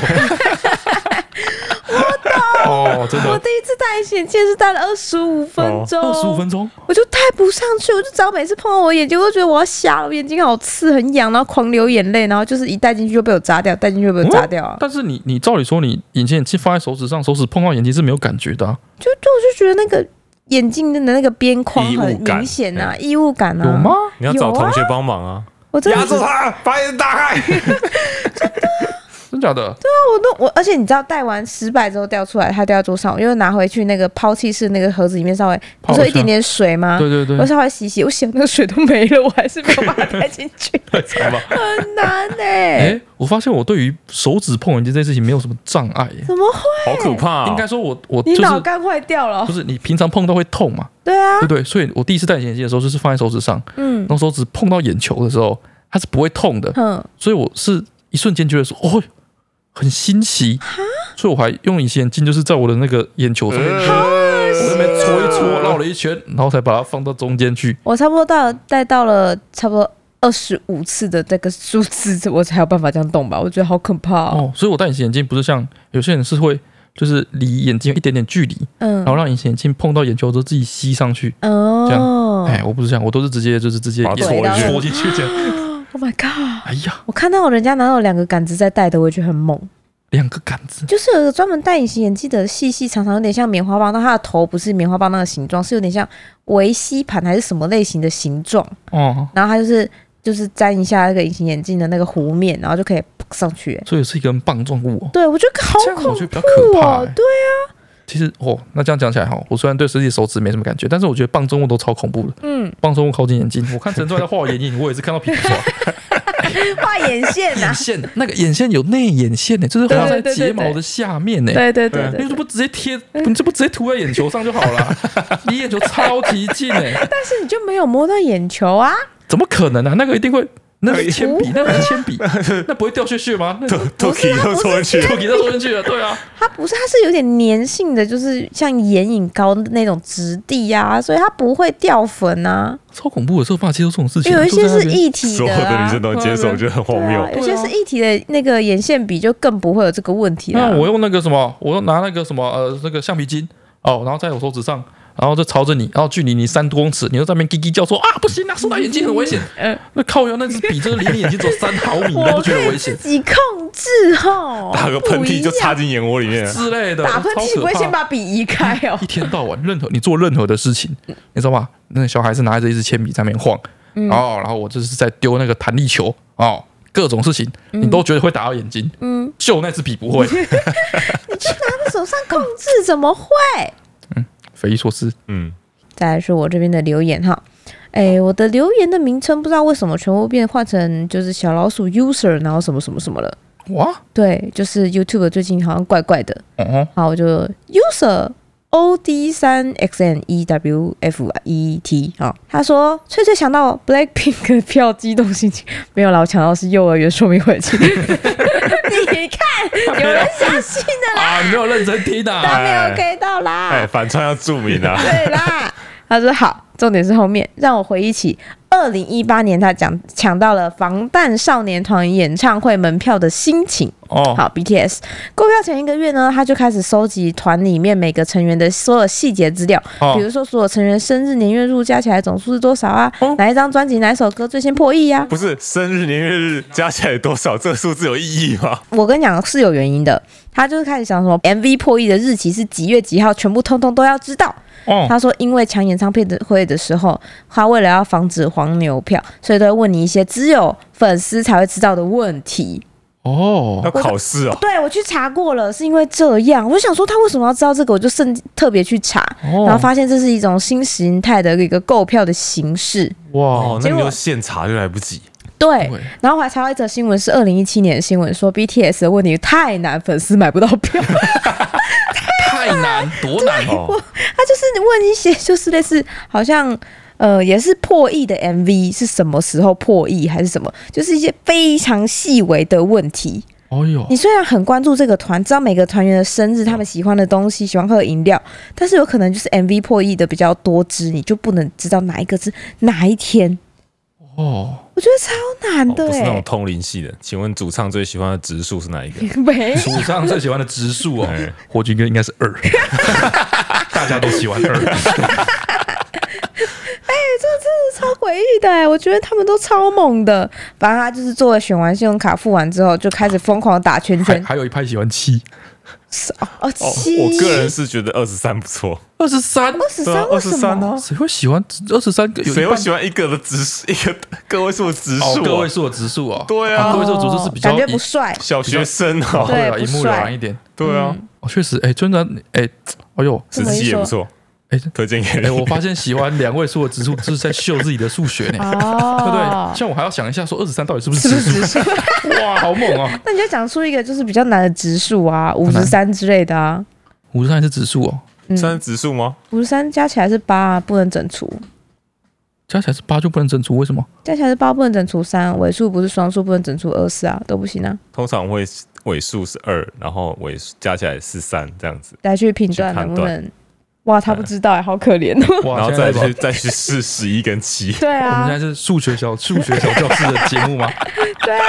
我懂哦，真我的第一次戴显镜是戴了二十五分钟，哦二十五分钟，我就戴不上去，我就只要每次碰到我眼睛，我就觉得我要瞎了，我眼睛好刺，很痒，然后狂流眼泪，然后就是一戴进去就被我扎掉，戴进去就被我扎掉啊，嗯但是你你照理说，你隐形眼镜放在手指上，手指碰到眼睛是没有感觉的、啊，就就我就觉得那个眼镜的那个边框异物很感明显啊，异物感啊，有吗？？你要找有啊同学帮忙啊，我真的觉得他，把眼睛 打开。真假的？我都我，而且你知道戴完失败之后掉出来，它掉在桌上，我又拿回去那个抛弃式那个盒子里面稍微，不泡是有一一点点水吗？对对对啊我，稍微洗洗，我洗那个水都没了，我还是没有把它带进去，太惨了。很难呢、哎、我发现我对于手指碰眼睛这件事情没有什么障碍、耶怎么会？好可怕！啊应该说我我啊你就是脑干坏掉了不？是你平常碰到会痛嘛，对啊对，不对？所以我第一次戴隐形眼镜的时候，就是放在手指上，嗯然后手指碰到眼球的时候，它是不会痛的，哼，所以我是一瞬间觉得说，哦，很新奇，所以我还用隐形眼镜，就是在我的那个眼球上呃面，哎我那边搓一搓，绕了一圈，然后才把它放到中间去。我差不多到戴到了差不多二十五次的这个数字，我才有办法这样动吧？我觉得好可怕哦。哦，所以我戴隐形眼镜不是像有些人是会，就是离眼睛有一点点距离，然后嗯，让隐形眼镜碰到眼球之后自己吸上去。这哦哎，我不是这样，我都是直接就是直接把它眼戳进去戳进去这样。 ，Oh my god！哎呀，我看到人家拿到两个杆子在戴的，我也觉得很猛。两个杆子，就是有一个专门戴隐形眼镜的，细细长长，有点像棉花棒，但它的头不是棉花棒那个形状，是有点像维 C 盘还是什么类型的形状。哦，然后它就是就是粘一下那个隐形眼镜的那个弧面，然后就可以 啪上去。所以是一根棒状物哦。对，我觉得好这样恐我觉得比较可怖怕、哦欸。。对，其实哦，那这样讲起来哈，我虽然对实体手指没什么感觉，但是我觉得棒状物都超恐怖的。嗯，棒状物靠近眼睛，我看陈川在画我眼影，我也是看到皮肤 抓。画眼线啊呐、眼线那个眼线有内眼线呢、就是画在睫毛的下面欸呢、对对对啊你对为，什么不直接贴？你这不直接涂在眼球上就好 了？离眼球超级近哎、但是你就没有摸到眼球啊？怎么可能啊？那个一定会，那是铅笔，那个是铅 笔，那不会掉屑屑吗？那个肚皮 啊都戳 进去，都给它戳进去了，对啊，它不是，它是有点粘性的，就是像眼影膏那种质地啊，所以它不会掉粉啊。超恐怖的，这无法接受这种事情。有一些就是在那边一体所有啊的女生都能接受，我觉得很荒对啊，谬。有些对啊是一体的那个眼线笔，就更不会有这个问题那了。我用那个什么，我用拿那个什么呃那个橡皮筋哦，然后在我手指上，然后就朝着你，然后距离你三多公尺，你就在那边叽叽叫说啊不行啊，受到眼睛很危险。嗯那靠腰那支笔真的离你眼睛只有三毫米，那我不觉可得以危险自己控制吼， 打个喷不一嚏就样插进眼窝里面，之类的，打喷嚏超可不会怕先把笔移开哦一。天到晚，任何你做任何的事情，嗯你知道吗？那个小孩是拿着一支铅笔在那边晃，哦，然后我就是在丢那个弹力球，哦，各种事情你都觉得会打到眼睛，嗯，就那支笔不 会，拿在手上控制怎么会？匪夷所思。嗯，再来是我这边的留言哈。哎，我的留言的名称不知道为什么全部变换成就是小老鼠 user，然后什么什么什么了。哇，对，就是 YouTube 最近好像怪怪的，哦，好，我就 user O D 三 X N E W F E T 啊、他说翠翠想到 Blackpink 的票激动心情，没有啦，我想到是幼儿园说明会。 你看，有人相信的啦，啊，你没有认真听啊，他没有给到啦。哎 哎，反串要注明啊，对啦，他说好，重点是后面让我回忆起2020二零一八年他讲抢到了防弹少年团演唱会门票的心情。哦，好，BTS 购票前一个月呢，他就开始收集团里面每个成员的所有细节资料，比哦，如说所有成员生日、年月日加起来总数是多少啊？哦哪一张专辑、哪一首歌最先破亿啊呀、不是生日、年月日加起来多少？这个数字有意义吗？我跟你讲是有原因的，他就是开始想说 MV 破亿的日期是几月几号，全部通通都要知道。哦，他说，因为抢演唱会的会的时候，他为了要防止黄牛票，所以都会问你一些只有粉丝才会知道的问题。哦要，考试哦。对我去查过了，是因为这样，我就想说他为什么要知道这个，我就甚至特别去查，然后哦，发现这是一种新形态的一个购票的形式。哇，哦，那结你果就现查就来不及。对，对然后我还查到一则新闻，是二零一七年的新闻，说 BTS 的问题太难，粉丝买不到票。太难，多难 哦，哦，他就是问一些，就是类似好像呃，也是破亿的 MV 是什么时候破亿，还是什么，就是一些非常细微的问题。哦哟你，虽然很关注这个团，知道每个团员的生日、他们喜欢的东西、喜欢喝的饮料，但是有可能就是 MV 破亿的比较多支，你就不能知道哪一个是哪一天。哦，我觉得超难的哦不是哎、那种通灵系的。请问主唱最喜欢的植树是哪一个？ 没史上最喜欢的植树哦哎，火炬哥应该是二， 大家都喜欢二，超诡异的、欸，我觉得他们都超猛的。反正他就是做了选完信用卡付完之后，就开始疯狂打圈还圈。还有一派喜欢七，哦，哦七，，我个人是觉得二十三不错。二十三，二十对啊三，为什23么？呢？谁会喜欢二十三个？有一谁半会喜欢一个的植 一个个位数的啊植哦树？个位。数的植树哦？对啊个位数的植树是比较哦感觉不 帅，小学生哦，哦，对啊不一目了帅然一点。对啊，哦，确实，哎，真的，哎，哎呦，嗯这十么一七也说不错，哎推荐给哎，人我发现喜欢两位数的植树就是在秀自己的数学呢，对不哦对？，像我还要想一下，说二十三到底是不是是不植是树？直 数？哇，好猛哦！那你就讲出一个就是比较难的植数啊，五十三之类的啊。五十三是植树哦，嗯算是植树吗？五十三加起来是八、啊，不能整除；加起来是八就不能整除，为什么？加起来是八，不能整除三。啊尾数不是双数，不能整除二四啊，都不行啊。通常会尾数是二，然后尾数加起来是三这样子，来去评断去判能不断能？哇，他不知道哎、好可怜哦。 哇，然后现在再在去再去试十一跟七。对我们现在啊，是数学小数学小教室的节目吗？ 对啊，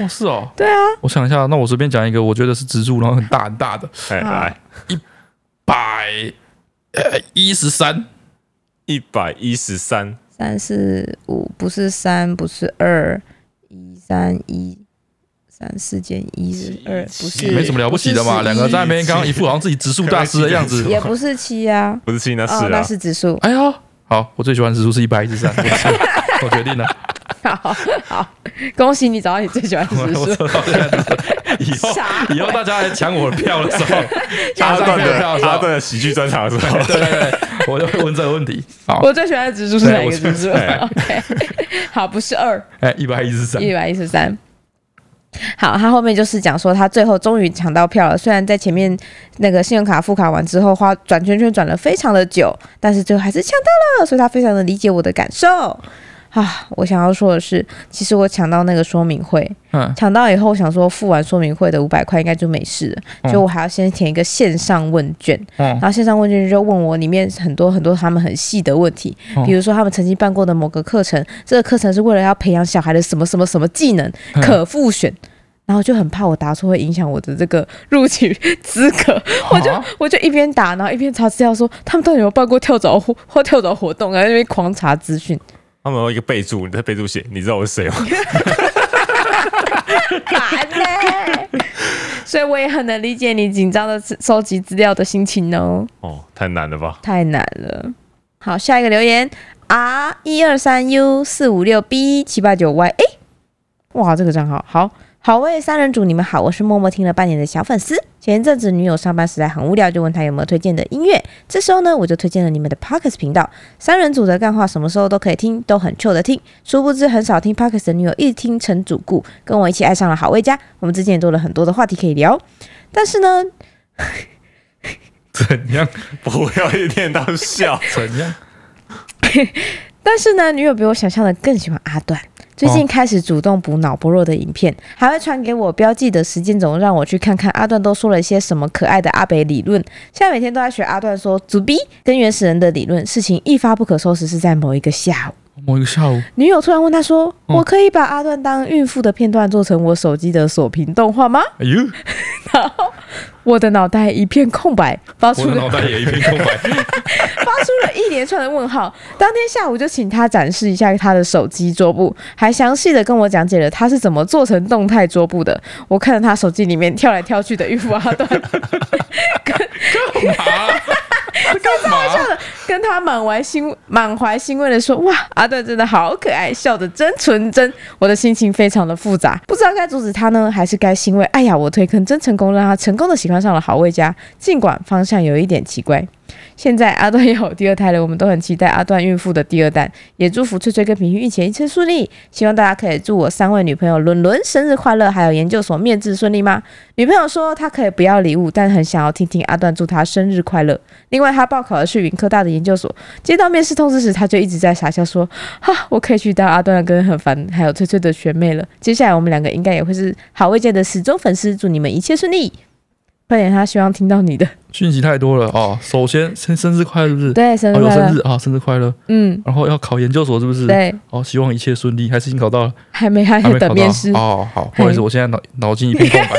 哇，是哦。对啊。我想一下，那我随便讲一个，我觉得是植树，然后很大很大的，哎，好来百呃一十三，一百一十三，三四五不是三，不是二，一三一三四减一是二，不也是没什么了不起的嘛。不是两个在那边刚刚一副好像自己植树大师的样可子能。也不是七啊，不是七，那哦是，那啊，是指数。哎呀，好，我最喜欢的植树是一百一十三，我我决定了，好，好，恭喜你找到你最喜欢的我指我 数。知道这样子。以后傻以后大家来抢我的票的时候，抢阿上段票的票的的时阿候，段的喜剧专场的时候， 对对对，我就会问这个问题。好，我最喜欢的指数是哪一个指数对 ？OK，好，不是二，哎，一百一十三，一百一十三。好，他后面就是讲说，他最后终于抢到票了。虽然在前面那个信用卡付卡完之后，花转圈圈转了非常的久，但是最后还是抢到了，所以他非常的理解我的感受。啊，我想要说的是，其实我抢到那个说明会，嗯，抢到以后，我想说付完说明会的五百块应该就没事了，嗯就我还要先填一个线上问卷，嗯然后线上问卷就问我里面很多很多他们很细的问题，嗯比如说他们曾经办过的某个课程，这个课程是为了要培养小孩的什么什么什么技能，嗯可复选。然后就很怕我答错会影响我的这个 录取资格， 我就啊我就一边打，然后一边查资料说他们到底有没有办过跳蚤或或跳蚤活动，然后在那边狂查资讯。他们有一个备注，你在备注写，你知道我是谁嗯吗？烦呢、所以我也很能理解你紧张的收集资料的心情哦，哦，太难了吧？太难了。好，下一个留言 R 一二三 U 四五六 B 七八九 Y，哎，哇，这个账号好。好喂，三人组，你们好，我是默默听了半年的小粉丝。前一阵子女友上班实在很无聊，就问她有没有推荐的音乐。这时候呢，我就推荐了你们的 Pockets 频道，三人组的干话什么时候都可以听，都很 chill 的听。殊不知很少听 Pockets 的女友一听成主顾，跟我一起爱上了好味家。我们之间也多了很多的话题可以聊。但是呢，怎样，不要一天到笑怎样？但是呢，女友比我想象的更喜欢阿段。最近开始主动补脑波弱的影片，还会传给我标记的时间轴，让我去看看阿段都说了些什么可爱的阿北理论。现在每天都在学阿段说“祖逼”跟原始人的理论，事情一发不可收拾是在某一个下午。 Oh 某一个下午，女友突然问他说：“嗯我可以把阿段当孕妇的片段做成我手机的锁屏动画吗哎呦，？”然后我的脑袋一片空白，发出我的了脑袋也一片空白。发出了一连串的问号。当天下午就请他展示一下他的手机桌布，还详细的跟我讲解了他是怎么做成动态桌布的。我看着他手机里面跳来跳去的孕妇阿段，干嘛？干嘛？跟他满怀欣满怀欣慰的说：“哇，阿段真的好可爱，笑得真纯真。”我的心情非常的复杂，不知道该阻止他呢，还是该欣慰。哎呀，我推坑真成功，让他成功的喜欢上了好味家，尽管方向有一点奇怪。现在阿段也有第二胎了，我们都很期待阿段孕妇的第二弹，也祝福翠翠跟平平一起一切顺利。希望大家可以祝我三位女朋友伦伦生日快乐，还有研究所面试顺利吗？女朋友说她可以不要礼物，但很想要听听阿段祝她生日快乐。另外，他报考的是云科大的研究所，接到面试通知时，他就一直在傻笑说：“哈，我可以去当阿段跟很烦还有翠翠的学妹了。”接下来我们两个应该也会是好味界的始终粉丝，祝你们一切顺利。快点，他希望听到你的讯息太多了哦。首先，生生日快乐，是不是？对生日哦，有快生乐日，啊，生日快乐！嗯，然后要考研究所，是不是？对，哦，希望一切顺利，还是已经考到了，还没还还没在考等到面试。哦。好，不好意思，嘿我现在脑脑筋一片空白。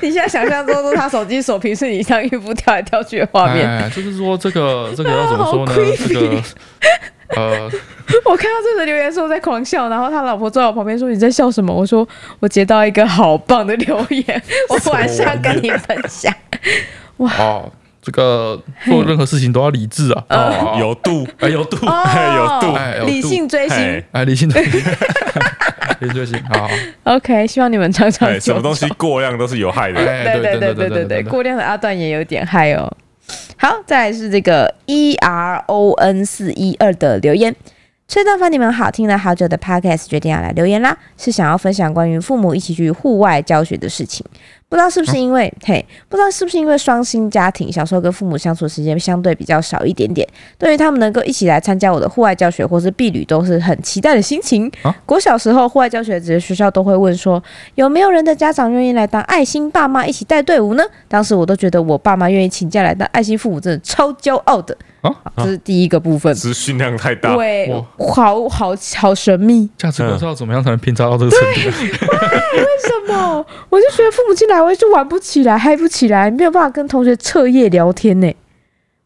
你现在想象中是他手机锁屏是你像孕妇跳来跳去的画面，哎，就是说这个这个要怎么说呢好 creepy？这个呃， 我看到这个留言说在狂笑，然后他老婆坐在我旁边说你在笑什么？我说我截到一个好棒的留言，我晚上跟你分享。哦，这个做任何事情都要理智啊，哦，有度，哎有度，哦有度哎有度理性追星嘿。哎理性的理性行好，好 OK，希望你们常常哎，什么久东西过量都是有害的。哎对对对对对对对，对，过量的阿段也有点嗨哦。好，再来是这个 E R O N 四一二的留言。崔大凡，你们好，听了好久的 podcast，决定要来留言啦，是想要分享关于父母一起去户外教学的事情。不知道是不是因为、嘿，不知道是不是因为双薪家庭，小时候跟父母相处时间相对比较少一点点，对于他们能够一起来参加我的户外教学或是避旅，都是很期待的心情。啊国小时候户外教学，只是学校都会问说，有没有人的家长愿意来当爱心爸妈一起带队伍呢？当时我都觉得我爸妈愿意请假来当爱心父母，真的超骄傲的。啊好这是第一个部分。资讯量太大，对哇，好好好神秘，价值观是要怎么样才能偏差到这个程度？为什么？我就觉得父母进来，我就玩不起来，嗨不起来，没有办法跟同学彻夜聊天呢、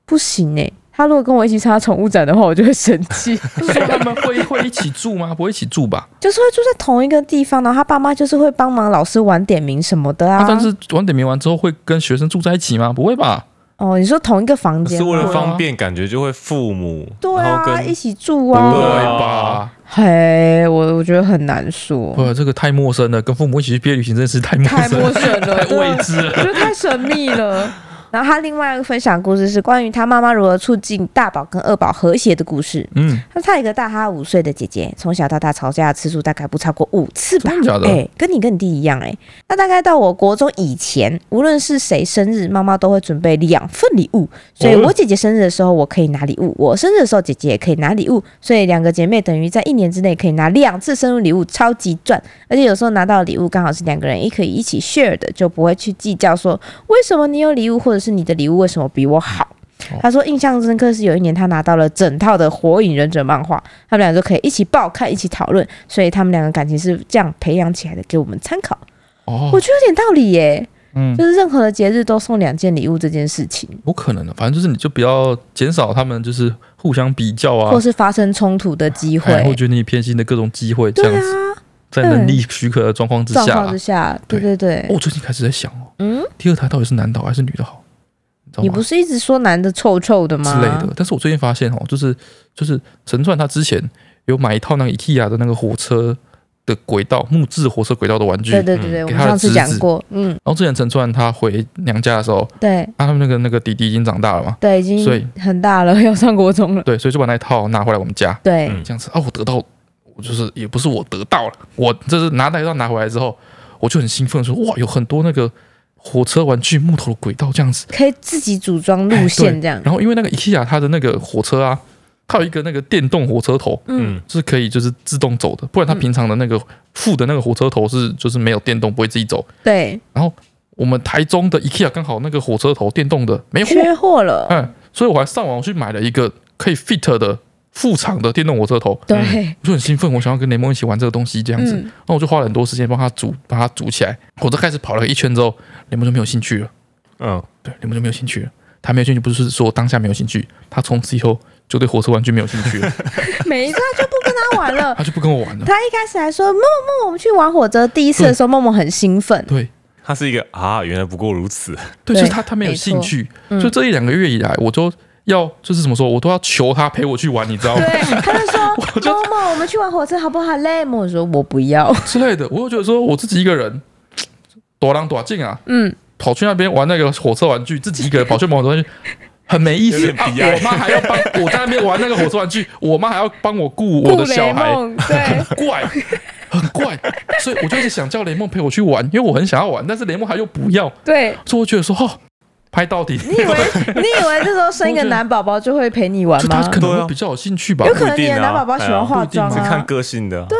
不行呢、他如果跟我一起参加宠物展的话，我就会生气。 是说他们会会一起住吗？不会一起住吧？就是会住在同一个地方，然后他爸妈就是会帮忙老师晚点名什么的啊。啊，但是晚点名完之后会跟学生住在一起吗？不会吧？哦，你说同一个房间是为吗了方便，感觉就会父母，啊对然后啊，跟一起住不会啊。吧？嘿，我我觉得很难说，哇，这个太陌生了，跟父母一起去毕业旅行真的是太陌嗯太生陌了，生了，太对啊未知 了。 我觉得太神秘了。然后他另外一个分享故事是关于他妈妈如何促进大宝跟二宝和谐的故事。嗯，他他有一个大他五岁的姐姐，从小到大吵架的次数大概不超过五次吧。真的假的哎、跟你跟你弟一样哎、那大概到我国中以前，无论是谁生日，妈妈都会准备两份礼物。所以哦我姐姐生日的时候，我可以拿礼物；我生日的时候，姐姐也可以拿礼物。所以两个姐妹等于在一年之内可以拿两次生日礼物，超级赚。而且有时候拿到的礼物刚好是两个人也可以一起 share 的，就不会去计较说为什么你有礼物，或者是你的礼物为什么比我好哦。他说印象深刻是有一年他拿到了整套的《火影忍者》漫画，他们俩就可以一起爆看，一起讨论，所以他们两个感情是这样培养起来的，给我们参考。我哦，觉得有点道理耶，嗯就，是任何的节日都送两件礼物这件事情，有可能的，反正就是你就不要减少他们就是互相比较啊或，是发生冲突的机哎或会，觉得你偏心的各种机会，这对样子，啊，在能力许可的状况之状下况啦之。下，对对哦对，我最近开始在想哦，嗯，第二胎到底是男的好还是女的好？你知道你吗？不是一直说男的臭臭的吗？之类的。但是我最近发现哦，就是就是陈川他之前有买一套那个 IKEA 的那个火车的轨道木质火车轨道的玩具，对然对对对，嗯我给们他的上次侄讲子过，嗯，后之前陈川他回娘家的时候，对啊，他们那个那个弟弟已经长大了嘛，对，已所以经很大了， 要上国中了，对，所以就把那一套拿回来我们家，对，嗯这样子啊，我得到，我就是也不是我得到了，我这是拿那一套拿回来之后，我就很兴奋说哇，有很多那个火车玩具木头的轨道这样子。哎可以自己组装路线这样，然后因为那个 IKEA 它的那个火车啊，它有一个那个电动火车头，嗯嗯，是可以就是自动走的，不然它平常的那个副的那个火车头是就是没有电动，不会自己走。对，我们台中的 IKEA 刚好那个火车头电动的没货，缺货了，嗯嗯，所以我还上网去买了一个可以 fit 的副厂的电动火车头，对，我就很兴奋，我想要跟雷蒙一起玩这个东西这样子。嗯，那我就花了很多时间帮他组，把它组起来。我都开始跑了一圈之后，雷蒙就没有兴趣了。嗯，对，雷蒙就没有兴趣了。他没有兴趣，不是说当下没有兴趣，他从此以后就对火车玩具没有兴 趣了，每一次他就不跟他玩了。他就不跟我玩了。他一开始还说：“梦梦，我们去玩火车。”第一次的时候，梦梦很兴奋，对他是一个啊，原来不过如此，对，对就是他他没有没错兴趣，嗯所以这一两个月以来，我都要就是怎么说，我都要求他陪我去玩，你知道吗？对，他就 说：“梦梦，我们去玩火车好不好？”累梦说：“我不要。之类的。我就觉得说我自己一个人，多狼多劲啊，”嗯，跑去那边玩那个火车玩具，自己一个人跑去玩火车玩具，很没意思。有点啊悲哀我妈还要帮我在那边玩那个火车玩具，我妈还要帮我顾我的小孩，顾雷梦对，怪，很怪。所以我就一直想叫雷梦陪我去玩，因为我很想要玩，但是雷梦还又不要，对，所以我觉得说，哦，拍到底，你以为你以为这时候生一个男宝宝就会陪你玩就他吗？可啊能会比较有兴趣吧有？可能不一你定的啊男宝宝喜欢化妆不一是定看啊。个性的，对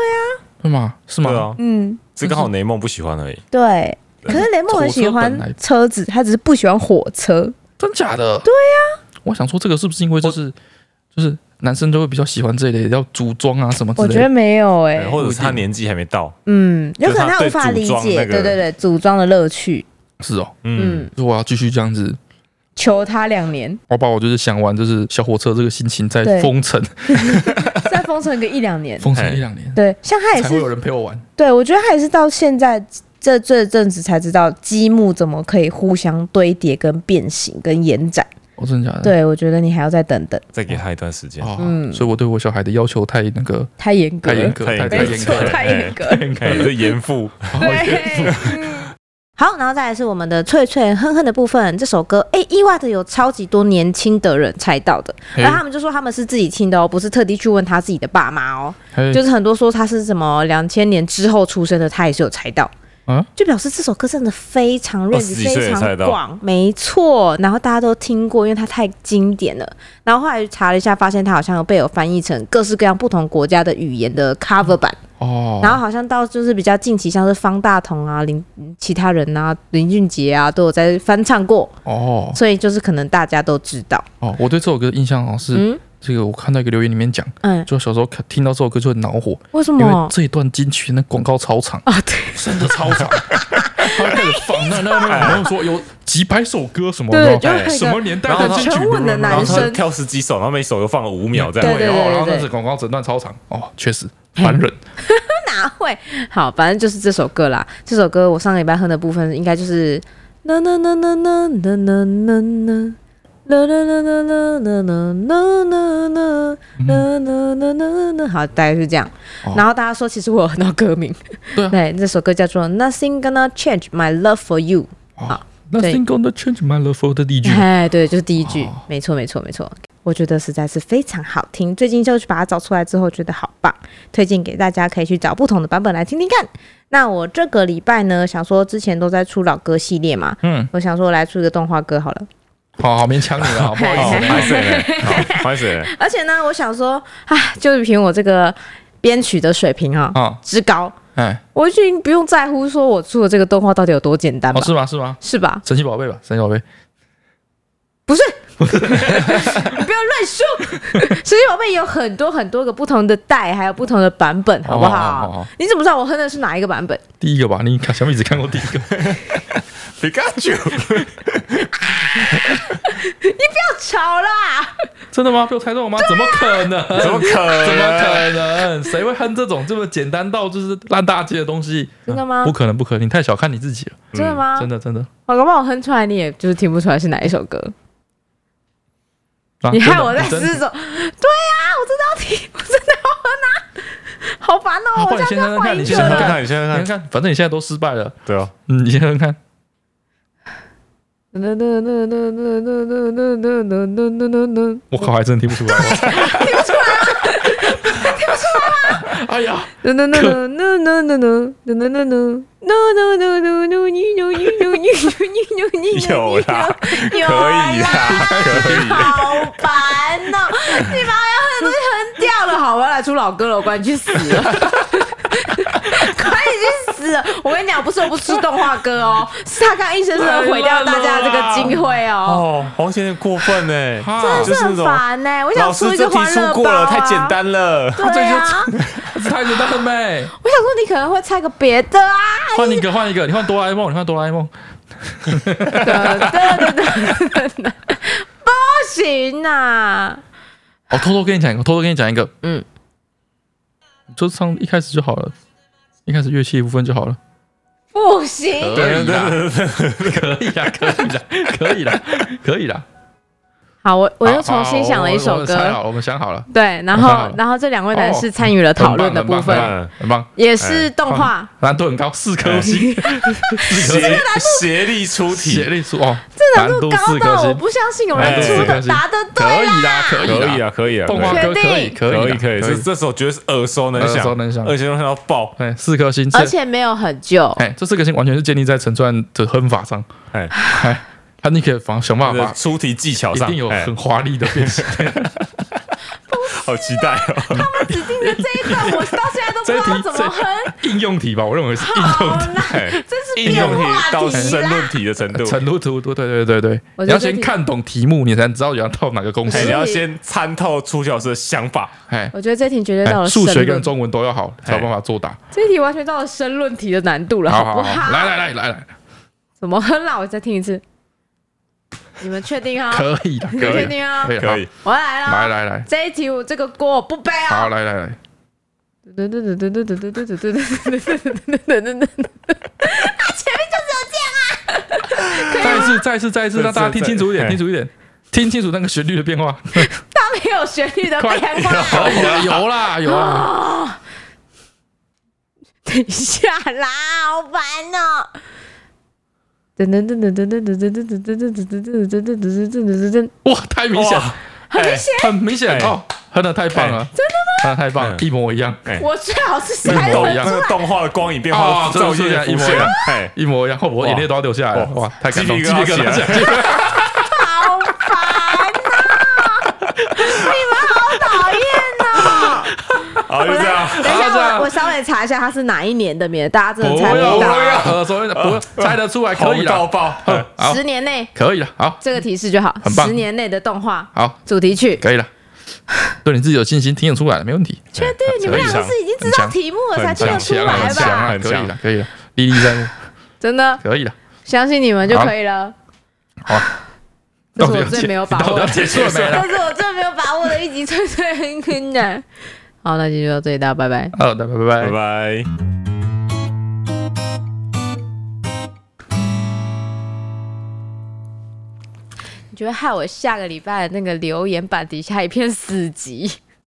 是吗？是吗？啊，嗯，只刚好雷梦不喜欢而已。对。可是雷梦很喜火车本欢来车子，他只是不喜欢火车。真假的？对呀、我想说这个是不是因为就是就是男生都会比较喜欢这一类的，要组装啊什么之我类觉得的。没有哎、哎或者是他年纪还没到，嗯，有可能他就无是他法对理组装解，那个对对对，组装的乐趣。是哦，嗯嗯，如果我要继续这样子，求他两年，我把我就是想玩就是小火车这个心情对再封城，再封城个一两年。封城哎一两年，对，像哎他也才会有是，人陪我玩。对我觉得他也是到现在这这阵子才知道积木怎么可以互相堆叠、跟变形、跟延展。哦，真的假的？对我觉得你还要再等等，再给他一段时间。哦，嗯所以我对我小孩的要求太那 个太严格太严了，格， 太太严没太格严错格，了。 太严格了。哎，这严父，哦 对，好，然后再来是我们的脆脆哼哼的部分。这首歌，哎、意外的有超级多年轻的人猜到的，嘿而他们就说他们是自己听的哦，不是特地去问他自己的爸妈哦。嘿就是很多说他是什么两千年之后出生的，他也是有猜到。啊就表示这首歌真的非常二 range 哦十几岁非也猜常到广，没错。然后大家都听过，因为它太经典了。然后后来查了一下，发现它好像有被有翻译成各式各样不同国家的语言的 cover 版。哦，然后好像到就是比较近期，像是方大同啊、林其他人啊、林俊杰啊都有在翻唱过，哦所以就是可能大家都知道。哦，我对这首歌的印象好像是嗯这个，我看到一个留言里面讲，嗯，就小时候看听到这首歌就很恼火，为什因为么？这一段金曲那广告超长，啊，对真的超长，他开始放那那那，然后说有几百首歌 什么对，的，就然后哎很什么年代的然后金曲，沉稳的然后男他生，跳十几首，然后每首又放了五秒这样。对对哦，然后对那是广告整段超长，哦，确实烦人，哪会？好，反正就是这首歌啦。这首歌我上个礼拜哼的部分应该就是啦啦啦啦啦啦啦啦啦。啦啦啦啦啦啦啦啦啦啦啦啦啦啦，好，大概是这样。然后大家说，其实我有很多歌名，对，这首歌叫做《Nothing Gonna Change My Love for You》。哦好 Nothing gonna change my love for 的第一句，哎，对，就是第一句哦，没错，没错，没错。我觉得实在是非常好听，最近就去把它找出来之后，觉得好棒，推荐给大家，可以去找不同的版本来听听看。那我这个礼拜呢，想说之前都在出老歌系列嘛，嗯，我想说来出一个动画歌好了。好好勉强你了，好不好意哦，思，拍谁嘞？好拍谁嘞？而且呢，我想说，唉，就是凭我这个编曲的水平啊、啊，之高，哎，我已经不用在乎说我出的这个动画到底有多简单吧，哦，是吗？是吗？是吧？神奇宝贝吧，神奇宝贝，不要乱说， 神奇宝贝有很多很多个不同的带，还有不同的版本，好不好？哦哦哦哦你怎么知道我哼的是哪一个版本？第一个吧，你看小米只看过第一个，皮卡丘，吵啦！真的吗？被我猜中了吗？怎么可能？ 怎么可能？嗯怎么可能？谁会恨这种这么简单到就是烂大街的东西？啊真的吗啊不？可能，不可能！你太小看你自己了，真的吗？真的 真的。我搞不好我哼出来，你也就是听不出来是哪一首歌。啊你真看的我在真的失手，对啊，我真的要听，我真的要哼啊，好烦好哦！不我然这样就要换你一你先个先看看了。看，你先你看看。看，反正你现在都失败了，对啊，嗯，你先看看。我靠，还真听不出来，听不出来，听不出来。哎呀，有啦，啊可以啦，可 以。好烦哦！ 你把要哼的东西哼掉了，好，我要来出老歌了，我管你去死了。快已经死了！我跟你讲，不是我不吃动画歌哦，是他刚一声声毁掉大家的这个机会哦，哦，好像有点过分呢。哈真的就是是那很种烦呢。我想老出师一个这题欢乐出包，过啊了，太简。单了。对啊，太简单了没？ 我想说你可能会猜个别 的啊。 换一个，换一个，你换哆啦 A 梦，你换哆啦 A 梦，对对对对对，不行啊呐！我哦偷偷跟你讲一个，偷偷跟你讲一个，嗯，就唱一开始就好了，一开始乐器的部分就好了，不行，呃可以啦，可以啦，可以啦，可以啦，可以啦。好，我我又好重新想了一好首我我我们猜歌，好了，我们想好了，对，然我看好后了然后这两位男士参与了讨论的部很棒分，嗯，哦很棒，也是动画，难度很高，四颗星，四颗 协协力出星，协题，力出哦，这难难度度高四颗到我星，不相信有人哎出的可惜答的可对以啦，可以可以啦，啊，可以啊，动画歌确定可以，可以以啦，可以，啊这这首绝对是耳熟能耳熟详，能详耳熟能详到爆。哎，四颗星，而这且没有很旧，哎，这四颗星完全是建立在陈川的哼法上，哎，哎，他你可以防想办这法个。出题技巧一上定有哎很华丽的变 形，好期待 哦。指定的这一段我到现在都不知这一道题它怎么哼，应用题吧，我认为是应好用题。啦，哎真是应变用化题到题申啦。论题的程 度，哎程度图，对对对对我对，觉得你要这先题看懂题目，你才知道你要到哪个公哎，你式。要先参透楚老师的想法，哎，我觉得这题绝对到哎了数学申跟论，中文都要好，哎才有办法作答。这题完全到了申论题的难度了，好不好好，来来来来来，怎么哼啦？我再听一次，你们确定啊？可以的，你可们确以定啊可？以可以，我来了，来来来，这一题我这个锅我不背啊！好来来来，嘟嘟嘟嘟嘟嘟嘟嘟嘟嘟嘟嘟嘟嘟啊再一次再一次再一次，让大家听清楚一点，再哎听楚一点，听清楚那个旋律的变 化。它没有旋律的快变化。可以啊的，有啦有啦，等一下啦，好烦哦！噔噔噔噔噔噔噔噔噔噔噔噔噔噔噔噔噔噔噔，哇，太明显了，哇，哎很明显哎哦，哼的太棒了，哎真的吗？太棒，了，嗯一模一样，我最好是一猜模我一样那个动画的光影变哦化，真的照是现这样浮一模一现样，哎，一模一样，哦我哇眼泪都要流下来了，哇哇，太感动，鸡皮疙瘩鸡皮疙瘩起来起来好烦呐！你们好讨厌哦！好，就我这样来，，等一好这下样我我稍微查一下它是哪一年的免，大家真不的猜要不不到。要，呃，所谓的不猜得出来可以红到了，爆，哎好，十年内可以了，好，这个提示就好，很棒十年内的动画好，主题曲。可以了，对你自己有信心，听得出来了，没问题。确定你们两个是已经知道题目了才听得很出强啊，来很强吧？啊，很可以强了，可以了，历历在目，真的可以了。相信你们就可以了。好啊，这是到底我要最结没有把到握底要的，结束了没这了？是我最没有把握的一集，吹吹很困难。好，那今天就到这里，大家拜拜。好的，拜拜拜。拜。你觉得害我下个礼拜的那个留言板底下一片死寂。